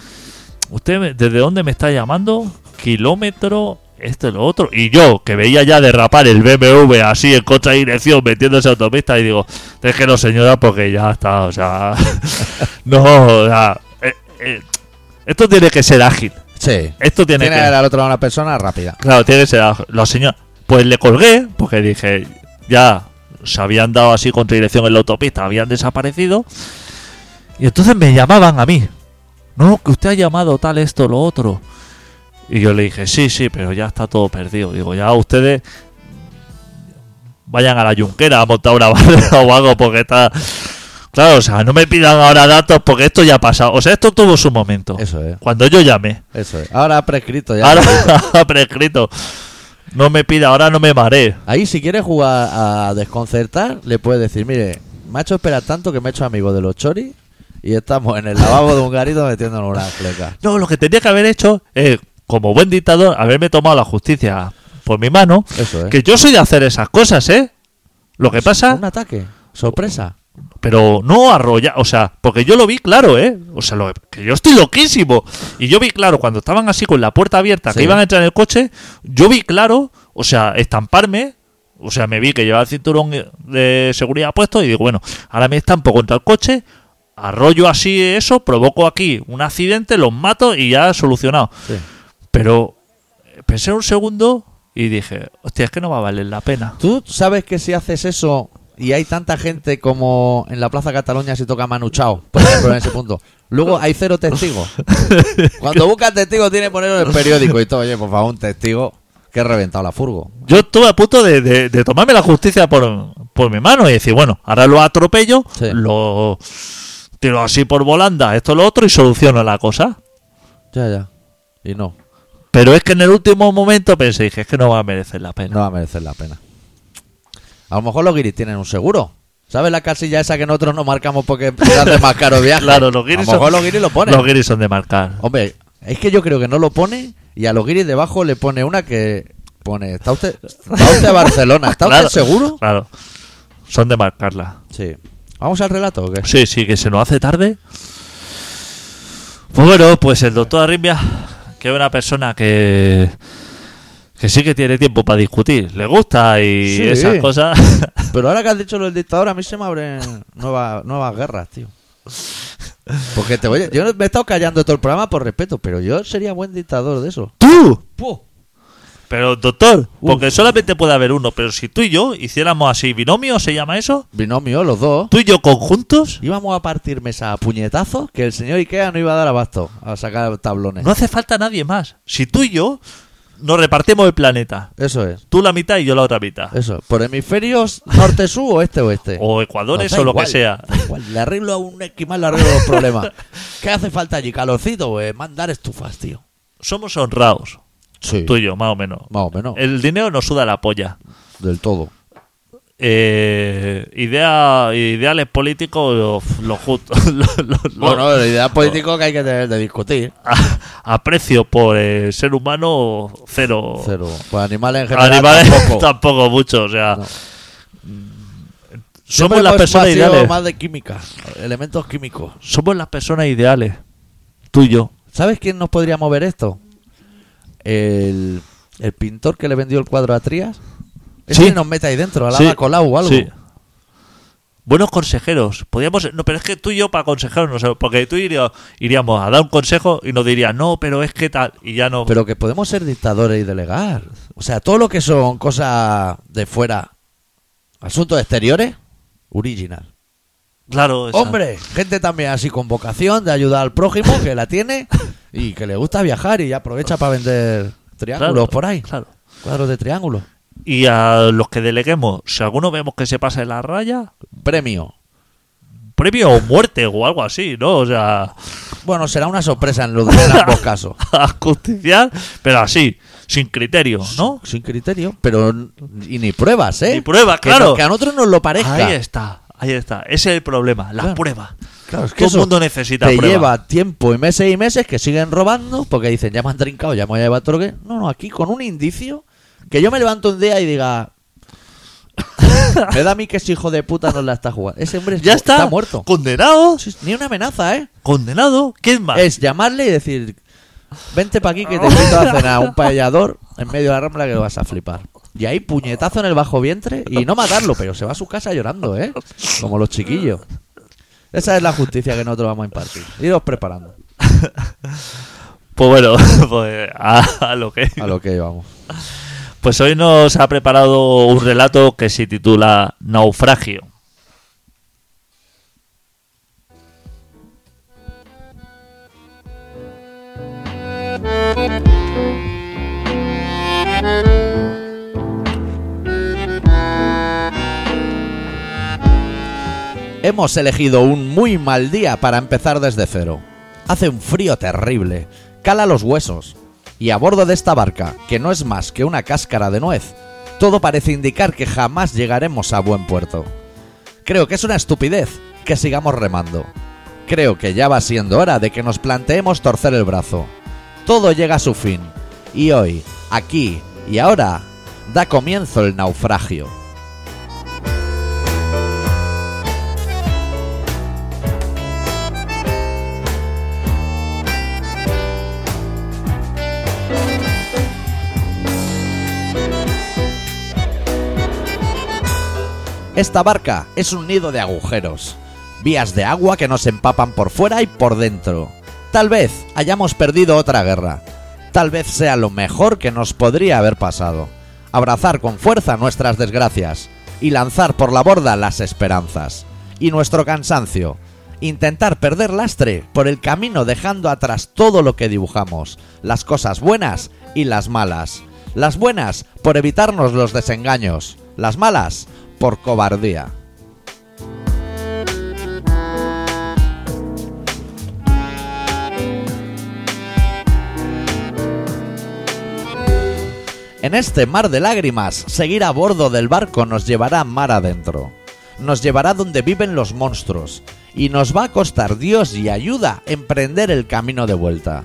Speaker 2: usted me- desde dónde me está llamando, kilómetro, esto, lo otro. Y yo, que veía ya derrapar el BMW así en contra dirección, metiéndose a autopista, y digo, déjelo señora porque ya está, o sea... No, o sea, eh, eh, esto tiene que ser ágil.
Speaker 1: Sí.
Speaker 2: Esto tiene,
Speaker 1: Tiene
Speaker 2: que.
Speaker 1: al otro lado una persona rápida.
Speaker 2: Claro, tiene que ser ágil. La señora. Pues le colgué porque dije, ya se habían dado así contra dirección en la autopista, habían desaparecido. Y entonces me llamaban a mí. No, que usted ha llamado tal, esto, lo otro. Y yo le dije, sí, sí, pero ya está todo perdido. Digo, ya ustedes vayan a la yunquera a montar una barrera o algo porque está... Claro, o sea, no me pidan ahora datos porque esto ya ha pasado. O sea, esto tuvo su momento.
Speaker 1: Eso es,
Speaker 2: Cuando yo llamé.
Speaker 1: eso es. Ahora ha prescrito ya.
Speaker 2: Ahora ha prescrito. No me pida, ahora no me mareé.
Speaker 1: Ahí, si quiere jugar a desconcertar, le puedes decir, mire, me ha hecho esperar tanto que me he hecho amigo de los choris y estamos en el lavabo de un garito metiéndonos una fleca.
Speaker 2: No, lo que tenía que haber hecho es, como buen dictador, haberme tomado la justicia por mi mano.
Speaker 1: Eso es.
Speaker 2: Que yo soy de hacer esas cosas, ¿eh? Lo que pasa,
Speaker 1: Un ataque. Sorpresa.
Speaker 2: pero no arrollar, o sea, porque yo lo vi claro, ¿eh? O sea, lo, que yo estoy loquísimo. Y yo vi claro, cuando estaban así con la puerta abierta,
Speaker 1: Sí.
Speaker 2: que iban a entrar en el coche, yo vi claro, o sea, estamparme, o sea, me vi que llevaba el cinturón de seguridad puesto y digo, bueno, ahora me estampo contra el coche, arrollo así eso, provoco aquí un accidente, los mato y ya solucionado.
Speaker 1: Sí.
Speaker 2: Pero eh, pensé un segundo y dije, hostia, es que no va a valer la pena.
Speaker 1: ¿Tú sabes que si haces eso y hay tanta gente como en la Plaza Cataluña si toca Manu Chao, por ejemplo, en ese punto? Luego hay cero testigos. Cuando buscas testigos tiene que ponerlo en el periódico y todo. Oye, por favor, un testigo que he reventado la furgo.
Speaker 2: Yo estuve a punto de, de- de tomarme la justicia por, por mi mano y decir, bueno, ahora lo atropello,
Speaker 1: Sí.
Speaker 2: lo tiro así por volanda, esto lo otro y soluciono la cosa.
Speaker 1: Ya, ya. Y no,
Speaker 2: Pero es que en el último momento pensé, dije, es que no va a merecer la pena.
Speaker 1: no va a merecer la pena. A lo mejor los guiris tienen un seguro. ¿Sabes la casilla esa que nosotros no marcamos porque es más caro el viaje?
Speaker 2: Claro, los guiris
Speaker 1: A lo mejor
Speaker 2: son-
Speaker 1: los guiris lo ponen.
Speaker 2: Los guiris son de marcar.
Speaker 1: Hombre, es que yo creo que no lo pone y a los guiris debajo le pone una que pone, ¿está usted, está usted a Barcelona? ¿Está usted
Speaker 2: Claro,
Speaker 1: seguro?
Speaker 2: Claro. Son de marcarla.
Speaker 1: Sí. ¿Vamos al relato o qué?
Speaker 2: Sí, sí, que se nos hace tarde. Pues bueno, pues el doctor Arribia, que es una persona que que sí que tiene tiempo para discutir, le gusta y
Speaker 1: Sí.
Speaker 2: esas cosas.
Speaker 1: Pero ahora que has dicho lo del dictador, a mí se me abren nuevas, nuevas guerras, tío. Porque te voy a- Yo me he estado callando todo el programa por respeto, pero yo sería buen dictador de eso.
Speaker 2: ¡Tú!
Speaker 1: Puh.
Speaker 2: Pero doctor, porque solamente puede haber uno, pero si tú y yo hiciéramos así binomio, ¿se llama eso?
Speaker 1: Binomio, los dos.
Speaker 2: Tú y yo conjuntos,
Speaker 1: Íbamos a partir mesa a puñetazos que el señor Ikea no iba a dar abasto a sacar tablones.
Speaker 2: no hace falta nadie más. Si tú y yo nos repartimos el planeta.
Speaker 1: Eso es.
Speaker 2: Tú la mitad y yo la otra mitad.
Speaker 1: Eso, es. por hemisferios norte-sur o este-oeste.
Speaker 2: O ecuadores
Speaker 1: No, da
Speaker 2: o lo
Speaker 1: igual,
Speaker 2: que sea.
Speaker 1: da igual, le arreglo a un esquimal, le arreglo los problemas. ¿Qué hace falta allí? Calorcito, pues mandar estufas, tío.
Speaker 2: Somos honrados,
Speaker 1: Sí,
Speaker 2: tú y Eh, yo, más o menos.
Speaker 1: más o menos,
Speaker 2: El dinero nos suda la polla.
Speaker 1: del todo.
Speaker 2: Eh, idea, ideales políticos, uf, lo justo. lo- lo- lo-
Speaker 1: Bueno, la idea política que hay que tener de discutir.
Speaker 2: a- aprecio por el ser humano, cero.
Speaker 1: Cero. Pues animales en general
Speaker 2: Animales tampoco.
Speaker 1: tampoco.
Speaker 2: mucho, o sea.
Speaker 1: No.
Speaker 2: Somos
Speaker 1: Siempre
Speaker 2: las
Speaker 1: hemos
Speaker 2: personas
Speaker 1: sido
Speaker 2: ideales.
Speaker 1: más de química, elementos químicos.
Speaker 2: Somos las personas ideales. Tú y yo.
Speaker 1: ¿Sabes quién nos podría mover esto? El, el pintor que le vendió el cuadro a Trías. Ese
Speaker 2: Sí.
Speaker 1: nos mete ahí dentro, al
Speaker 2: Sí.
Speaker 1: lava colado o algo.
Speaker 2: Sí. Buenos consejeros. Podríamos, no, pero es que tú y yo para consejeros no sé, porque tú irías, iríamos a dar un consejo y nos dirías, no, pero es que tal, y ya no.
Speaker 1: Pero que podemos ser dictadores y delegar. O sea, todo lo que son cosas de fuera, asuntos exteriores, original.
Speaker 2: claro, esa-
Speaker 1: Hombre, gente también así con vocación de ayudar al prójimo que la tiene y que le gusta viajar y aprovecha para vender
Speaker 2: claro,
Speaker 1: triángulos por ahí.
Speaker 2: Claro.
Speaker 1: Cuadros de triángulos.
Speaker 2: Y a los que deleguemos, si alguno vemos que se pasa de la raya,
Speaker 1: Premio.
Speaker 2: premio o muerte o algo así, ¿no? O sea,
Speaker 1: Bueno, será una sorpresa en, los, en ambos casos.
Speaker 2: a justiciar, pero así, sin criterio, ¿no?
Speaker 1: Sin criterio. Pero n- y ni pruebas, ¿eh?
Speaker 2: Ni pruebas,
Speaker 1: Que
Speaker 2: claro.
Speaker 1: no- Que, a nosotros nos lo parezca.
Speaker 2: Ahí está, ahí está. Ese es el problema, las
Speaker 1: Claro.
Speaker 2: pruebas.
Speaker 1: Claro, es que
Speaker 2: Todo el
Speaker 1: eso
Speaker 2: mundo necesita
Speaker 1: te
Speaker 2: pruebas.
Speaker 1: lleva tiempo y meses y meses que siguen robando porque dicen, ya me han trincado, ya me voy a llevar todo lo que... No, no, aquí con un indicio que yo me levanto un día y diga... me da a mí que ese hijo de puta no la está jugando. Ese hombre
Speaker 2: Ya está,
Speaker 1: muerto.
Speaker 2: condenado,
Speaker 1: Sí, Ni una amenaza, ¿eh?
Speaker 2: condenado. ¿Quién más?
Speaker 1: Es llamarle y decir, vente para aquí que te invito a cenar un paellador en medio de la rambla que lo vas a flipar. Y ahí puñetazo en el bajo vientre y no matarlo, pero se va a su casa llorando, ¿eh? Como los chiquillos. Esa es la justicia que nosotros vamos a impartir. Iros preparando
Speaker 2: Pues bueno, pues a, a lo que.
Speaker 1: a lo que vamos.
Speaker 2: Pues hoy nos ha preparado un relato que se titula Naufragio.
Speaker 1: Hemos elegido un muy mal día para empezar desde cero. Hace un frío terrible, cala los huesos. Y a bordo de esta barca, que no es más que una cáscara de nuez, todo parece indicar que jamás llegaremos a buen puerto. Creo que es una estupidez que sigamos remando. Creo que ya va siendo hora de que nos planteemos torcer el brazo. Todo llega a su fin. Y hoy, aquí y ahora, da comienzo el naufragio. Esta barca es un nido de agujeros, vías de agua que nos empapan por fuera y por dentro. Tal vez hayamos perdido otra guerra. Tal vez sea lo mejor que nos podría haber pasado. Abrazar con fuerza nuestras desgracias y lanzar por la borda las esperanzas y nuestro cansancio. Intentar perder lastre por el camino dejando atrás todo lo que dibujamos, las cosas buenas y las malas. Las buenas por evitarnos los desengaños, las malas por cobardía. En este mar de lágrimas, seguir a bordo del barco nos llevará mar adentro. Nos llevará donde viven los monstruos. Y nos va a costar Dios y ayuda emprender el camino de vuelta.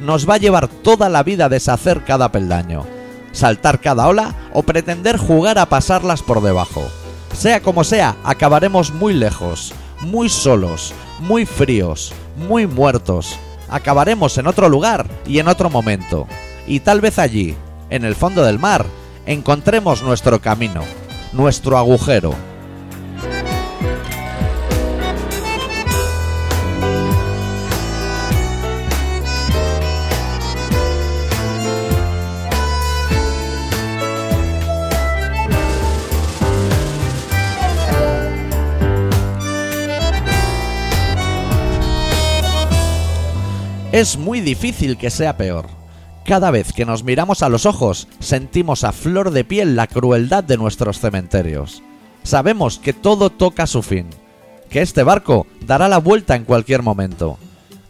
Speaker 1: Nos va a llevar toda la vida deshacer cada peldaño, saltar cada ola o pretender jugar a pasarlas por debajo. Sea como sea, acabaremos muy lejos, muy solos, muy fríos, muy muertos. Acabaremos en otro lugar y en otro momento. Y tal vez allí, en el fondo del mar, encontremos nuestro camino, nuestro agujero. Es muy difícil que sea peor. Cada vez que nos miramos a los ojos, sentimos a flor de piel la crueldad de nuestros cementerios. Sabemos que todo toca su fin, que este barco dará la vuelta en cualquier momento,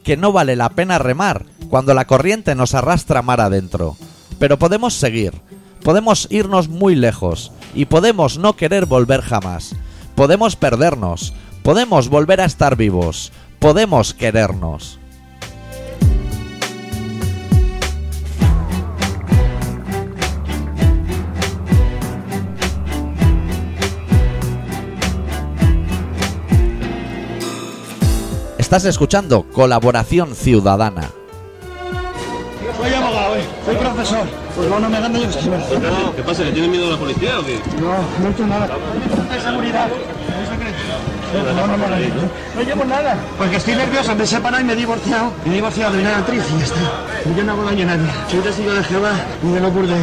Speaker 1: que no vale la pena remar cuando la corriente nos arrastra mar adentro. Pero podemos seguir, podemos irnos muy lejos y podemos no querer volver jamás. Podemos perdernos, podemos volver a estar vivos, podemos querernos. Estás escuchando Colaboración Ciudadana.
Speaker 4: Soy abogado, ¿eh? soy profesor. Pues no, no me hagan daño, sí, verdad.
Speaker 5: ¿Qué pasa? ¿Que tiene miedo a la policía o qué?
Speaker 4: No, no he hecho nada. De seguridad. No, no, no, no, no, no llevo nada. Porque estoy nerviosa, me he separado y me he divorciado. Me he divorciado de una actriz y ya está. Yo no hago daño a nadie. Soy testigo de Jehová y de lo burde.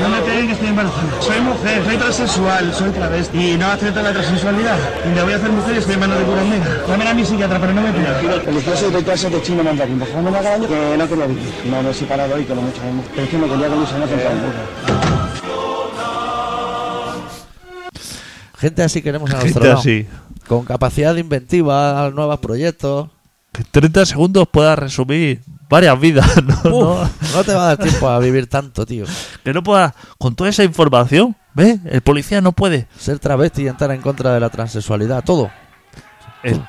Speaker 4: No me creen que estoy embarazada. Soy mujer, soy transexual, soy travesti. Y no acepto la transexualidad. Y me voy a hacer mujer y estoy en manos de cura negra. Dame a mi psiquiatra, pero no me pida. Religioso de clase de chino mandarín. Por favor, no me haga daño que no quería vivir. No, me he separado y que lo mucho menos. Pero es que me quería con Luis Ana
Speaker 1: Gente así queremos a
Speaker 2: Gente
Speaker 1: nuestro lado.
Speaker 2: así.
Speaker 1: Con capacidad inventiva, nuevos proyectos.
Speaker 2: Que en 30 segundos pueda resumir varias vidas, ¿no?
Speaker 1: Uf,
Speaker 2: ¿No?
Speaker 1: no te va a dar tiempo a vivir tanto, tío.
Speaker 2: Que no pueda, con toda esa información, ¿ves? El policía no puede.
Speaker 1: Ser travesti y entrar en contra de la transexualidad, todo.
Speaker 2: El-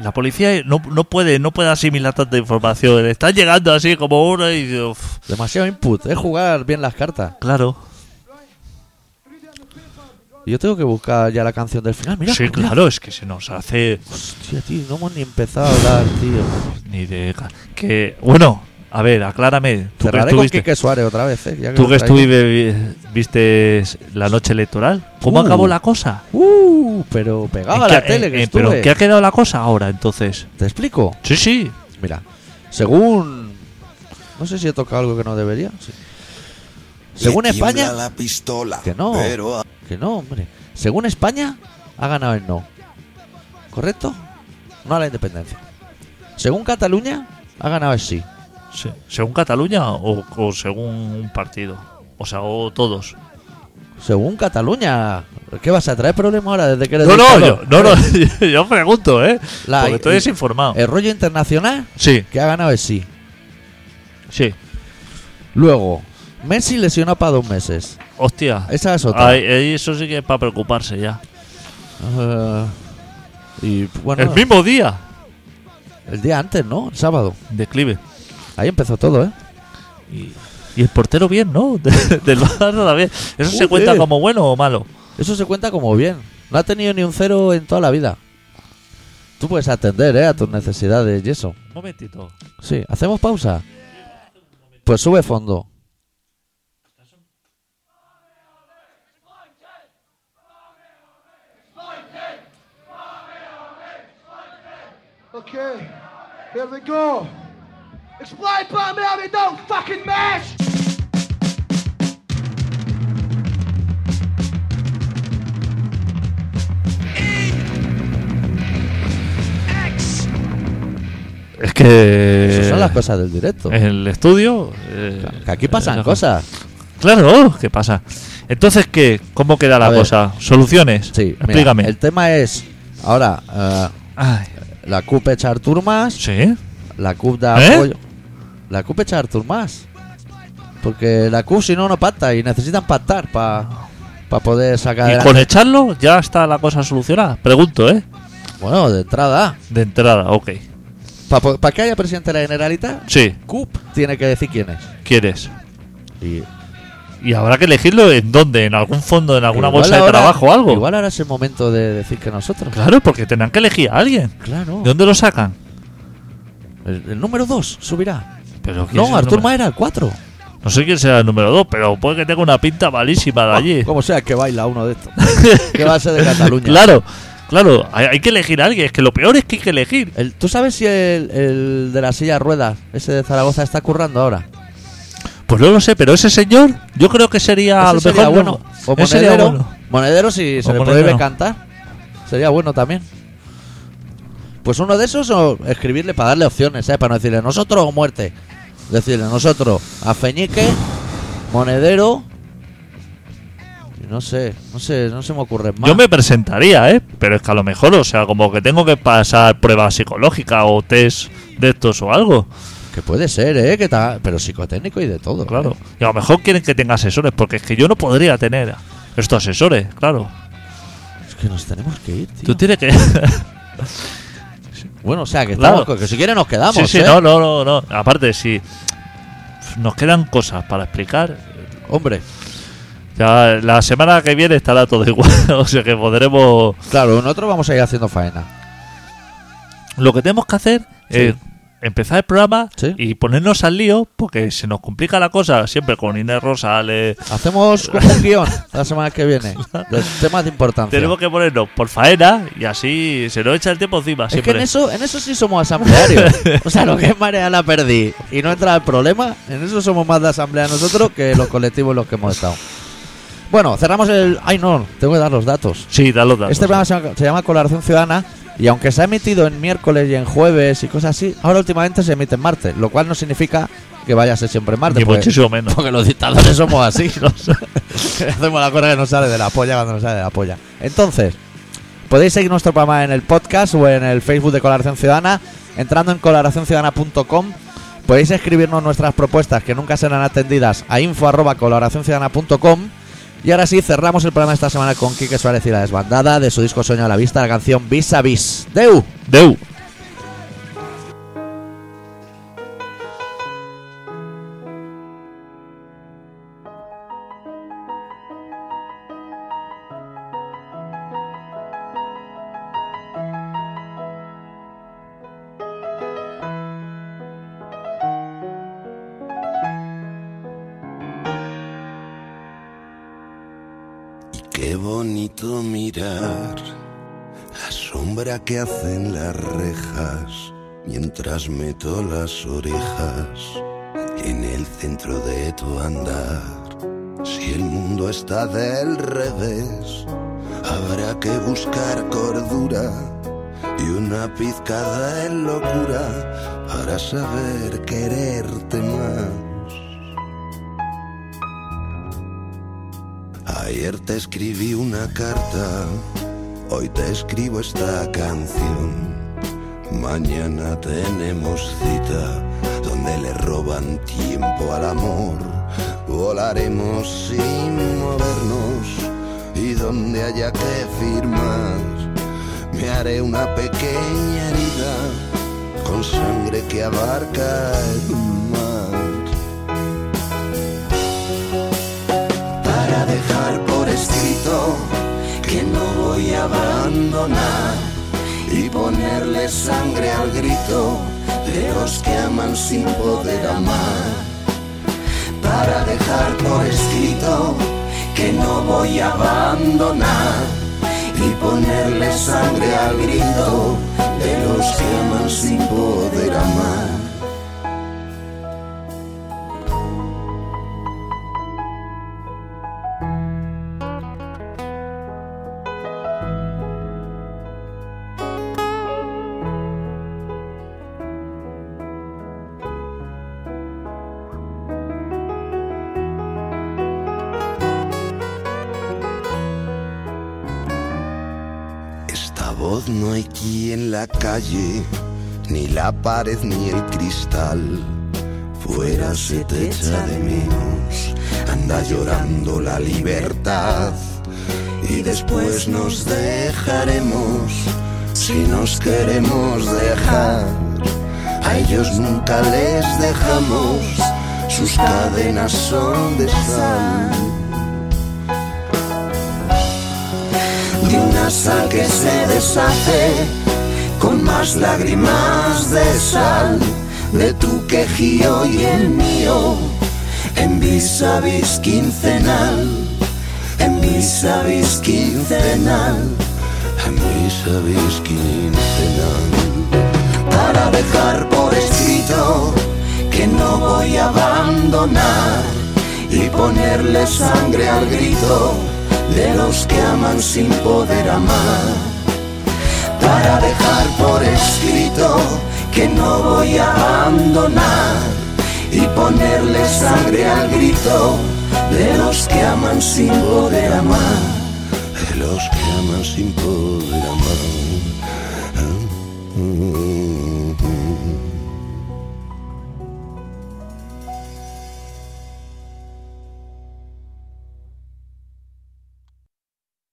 Speaker 2: la policía no, no puede no puede asimilar tanta información. Le Están llegando así como uno y... dice, "Uf,
Speaker 1: Demasiado input, es jugar bien las cartas.
Speaker 2: claro.
Speaker 1: Yo tengo que buscar ya la canción del final. Mira,
Speaker 2: Sí,
Speaker 1: mira.
Speaker 2: claro, es que se nos hace...
Speaker 1: Hostia, tío, no hemos ni empezado a hablar, tío.
Speaker 2: Ni de... ca- Que... Bueno, a ver, aclárame. ¿Tú que
Speaker 1: Cerraré con
Speaker 2: estuviste,
Speaker 1: Quique Suárez otra vez, eh, ya
Speaker 2: tú
Speaker 1: lo
Speaker 2: que
Speaker 1: traigo.
Speaker 2: estuviste viste la noche electoral? ¿Cómo
Speaker 1: Uh.
Speaker 2: acabó la cosa?
Speaker 1: Uh, pero pegaba
Speaker 2: ¿En
Speaker 1: la
Speaker 2: qué-
Speaker 1: tele
Speaker 2: en-
Speaker 1: que
Speaker 2: en- eh, ¿Pero
Speaker 1: estuve.
Speaker 2: en qué ha quedado la cosa ahora, entonces?
Speaker 1: ¿Te explico?
Speaker 2: Sí, sí.
Speaker 1: Mira, según... No sé si he tocado algo que no debería. sí. Según
Speaker 3: Le tiembla
Speaker 1: España...
Speaker 3: la pistola,
Speaker 1: Que no.
Speaker 3: pero
Speaker 1: Que no, hombre. Según España, ha ganado el no. ¿Correcto? No a la independencia. Según Cataluña, ha ganado el sí.
Speaker 2: Sí. ¿Según Cataluña o, o según un partido? O sea, o todos.
Speaker 1: Según Cataluña. ¿Qué vas a traer problemas ahora desde que eres
Speaker 2: No, no, yo,
Speaker 1: dictador?
Speaker 2: no, no, yo pregunto, ¿eh?
Speaker 1: La-
Speaker 2: Porque estoy
Speaker 1: y-
Speaker 2: desinformado.
Speaker 1: El rollo internacional
Speaker 2: eh, sí,
Speaker 1: que ha ganado es sí.
Speaker 2: sí.
Speaker 1: Luego, Messi lesionó para dos meses.
Speaker 2: Hostia.
Speaker 1: Esa es otra.
Speaker 2: Ay, ay, eso sí que es para preocuparse ya.
Speaker 1: Eh, y bueno,
Speaker 2: El mismo día.
Speaker 1: el día antes, ¿no? El sábado.
Speaker 2: Declive.
Speaker 1: Ahí empezó todo, ¿eh?
Speaker 2: Y, y el portero bien, ¿no? De- del Barça también. ¿Eso se
Speaker 1: Joder.
Speaker 2: cuenta como bueno o malo?
Speaker 1: Eso se cuenta como bien. No ha tenido ni un cero en toda la vida. Tú puedes atender, ¿eh? A tus necesidades y eso.
Speaker 2: Un momentito.
Speaker 1: Sí, hacemos pausa. Pues sube fondo.
Speaker 6: Okay, here we go. Explain by me how they don't fucking match!
Speaker 2: Es que.
Speaker 1: Esas son las cosas del directo.
Speaker 2: En el estudio. eh,
Speaker 1: Que aquí pasan
Speaker 2: eh,
Speaker 1: cosas.
Speaker 2: Claro, ¿qué pasa? Entonces, ¿qué? ¿Cómo queda la
Speaker 1: A ver.
Speaker 2: cosa? ¿Soluciones?
Speaker 1: Sí, mira,
Speaker 2: Explícame.
Speaker 1: el tema es. Ahora, eh,
Speaker 2: Ay,
Speaker 1: la CUP echar turmas.
Speaker 2: sí.
Speaker 1: La CUP da
Speaker 2: ¿Eh?
Speaker 1: apoyo. La CUP echa a Artur más. Porque la CUP si no, no pacta y necesitan pactar para poder sacar...
Speaker 2: Y
Speaker 1: adelante.
Speaker 2: con echarlo ya está la cosa solucionada. Pregunto, ¿eh?
Speaker 1: Bueno, de entrada,
Speaker 2: De entrada, ok.
Speaker 1: para que haya presidente de la Generalitat,
Speaker 2: Sí,
Speaker 1: CUP tiene que decir quién es.
Speaker 2: quieres.
Speaker 1: Y
Speaker 2: Y habrá que elegirlo en dónde, en algún fondo, en alguna
Speaker 1: igual
Speaker 2: bolsa de
Speaker 1: ahora-
Speaker 2: trabajo o algo.
Speaker 1: Igual ahora es el momento de decir que nosotros.
Speaker 2: Claro, porque tendrán que elegir a alguien.
Speaker 1: Claro.
Speaker 2: ¿De dónde lo sacan?
Speaker 1: El, el número 2 subirá.
Speaker 2: Pero ¿quién es
Speaker 1: No,
Speaker 2: el
Speaker 1: Artur
Speaker 2: número-
Speaker 1: Mas era el 4.
Speaker 2: No sé quién será el número 2, pero puede que tenga una pinta malísima de allí.
Speaker 1: Como sea que baila uno de estos. que va a ser de Cataluña.
Speaker 2: Claro, claro, hay, hay que elegir a alguien. Es que lo peor es que hay que elegir.
Speaker 1: El- ¿Tú sabes si el, el de la silla de ruedas, ese de Zaragoza, está currando ahora?
Speaker 2: Pues no lo sé, pero ese señor, yo creo que sería Ah, a lo
Speaker 1: Ese
Speaker 2: mejor.
Speaker 1: sería
Speaker 2: bueno.
Speaker 1: bueno. O
Speaker 2: Ese sería
Speaker 1: monedero.
Speaker 2: bueno.
Speaker 1: Monedero si se
Speaker 2: O
Speaker 1: le
Speaker 2: monedero.
Speaker 1: prohíbe cantar. Sería bueno también. ¿eh? Pues uno de esos o escribirle para darle opciones, ¿sabes? Para no decirle nosotros o muerte. Decirle nosotros a Feñique, Monedero. y No sé, no sé, no se me ocurre más.
Speaker 2: Yo me presentaría, ¿eh? Pero es que a lo mejor, o sea, como que tengo que pasar pruebas psicológicas o test de estos o algo.
Speaker 1: Que puede ser, ¿eh? Que ta- Pero psicotécnico y de todo. ¿eh?
Speaker 2: Claro. Y a lo mejor quieren que tenga asesores, porque es que yo no podría tener estos asesores, claro.
Speaker 1: Es que nos tenemos que ir, tío.
Speaker 2: Tú tienes que.
Speaker 1: Bueno, o sea, que,
Speaker 2: Claro.
Speaker 1: estamos, que si quieres nos quedamos.
Speaker 2: sí, sí,
Speaker 1: ¿eh?
Speaker 2: no, no, no, no. Aparte, si nos quedan cosas para explicar,
Speaker 1: Hombre,
Speaker 2: ya la semana que viene estará todo igual. o sea que podremos.
Speaker 1: claro, nosotros vamos a ir haciendo faena.
Speaker 2: Lo que tenemos que hacer es empezar el programa
Speaker 1: Sí.
Speaker 2: y ponernos al lío, porque se nos complica la cosa siempre con Inés Rosales.
Speaker 1: Hacemos como un guión la semana que viene de temas de importancia.
Speaker 2: Tenemos que ponernos por faena y así se nos echa el tiempo encima.
Speaker 1: Es que
Speaker 2: siempre.
Speaker 1: en eso, en eso sí somos asamblearios. O sea, lo que es marea la perdí y no entra el problema, en eso somos más de asamblea nosotros que los colectivos en los que hemos estado. Bueno, cerramos el. Ay, no, tengo que dar los datos.
Speaker 2: Sí, da los datos.
Speaker 1: Este programa se llama, se llama Colaboración Ciudadana y aunque se ha emitido en miércoles y en jueves y cosas así, ahora últimamente se emite en martes, lo cual no significa que vaya a ser siempre en martes.
Speaker 2: Ni
Speaker 1: porque-
Speaker 2: muchísimo menos.
Speaker 1: Porque los dictadores somos así. ¿no? Hacemos la cosa que nos sale de la polla cuando nos sale de la polla. Entonces, podéis seguir nuestro programa en el podcast o en el Facebook de Colaboración Ciudadana. Entrando en colaboracionciudadana.com podéis escribirnos nuestras propuestas que nunca serán atendidas a info.colaboracionciudadana.com. Y ahora sí, cerramos el programa esta semana con Quique Suárez y la desbandada de su disco Sueño a la Vista, la canción Vis a Vis. ¡Deu!
Speaker 2: Deu.
Speaker 3: Y qué bonito mirar la sombra que hacen las rejas mientras meto las orejas en el centro de tu andar. Si el mundo está del revés, habrá que buscar cordura y una pizca de locura para saber quererte más. Ayer te escribí una carta, hoy te escribo esta canción. Mañana tenemos cita donde le roban tiempo al amor. Volaremos sin movernos y donde haya que firmar. Me haré una pequeña herida con sangre que abarca el mar. para dejar por escrito que no voy a abandonar y ponerle sangre al grito de los que aman sin poder amar. Para dejar por escrito que no voy a abandonar y ponerle sangre al grito de los que aman sin poder amar. Esta voz no hay quien la calle, ni la pared ni el cristal. Fuera se te echa de menos, anda llorando la libertad. Y después nos dejaremos, si nos queremos dejar. A ellos nunca les dejamos, sus cadenas son de sal. de una sal que se deshace con más lágrimas de sal de tu quejío y el mío en vis a vis quincenal en vis a vis quincenal en vis a vis quincenal para dejar por escrito que no voy a abandonar y ponerle sangre al grito de los que aman sin poder amar. Para dejar por escrito que no voy a abandonar y y ponerle sangre al grito de los que aman sin poder amar, de los que aman sin poder amar. Mm.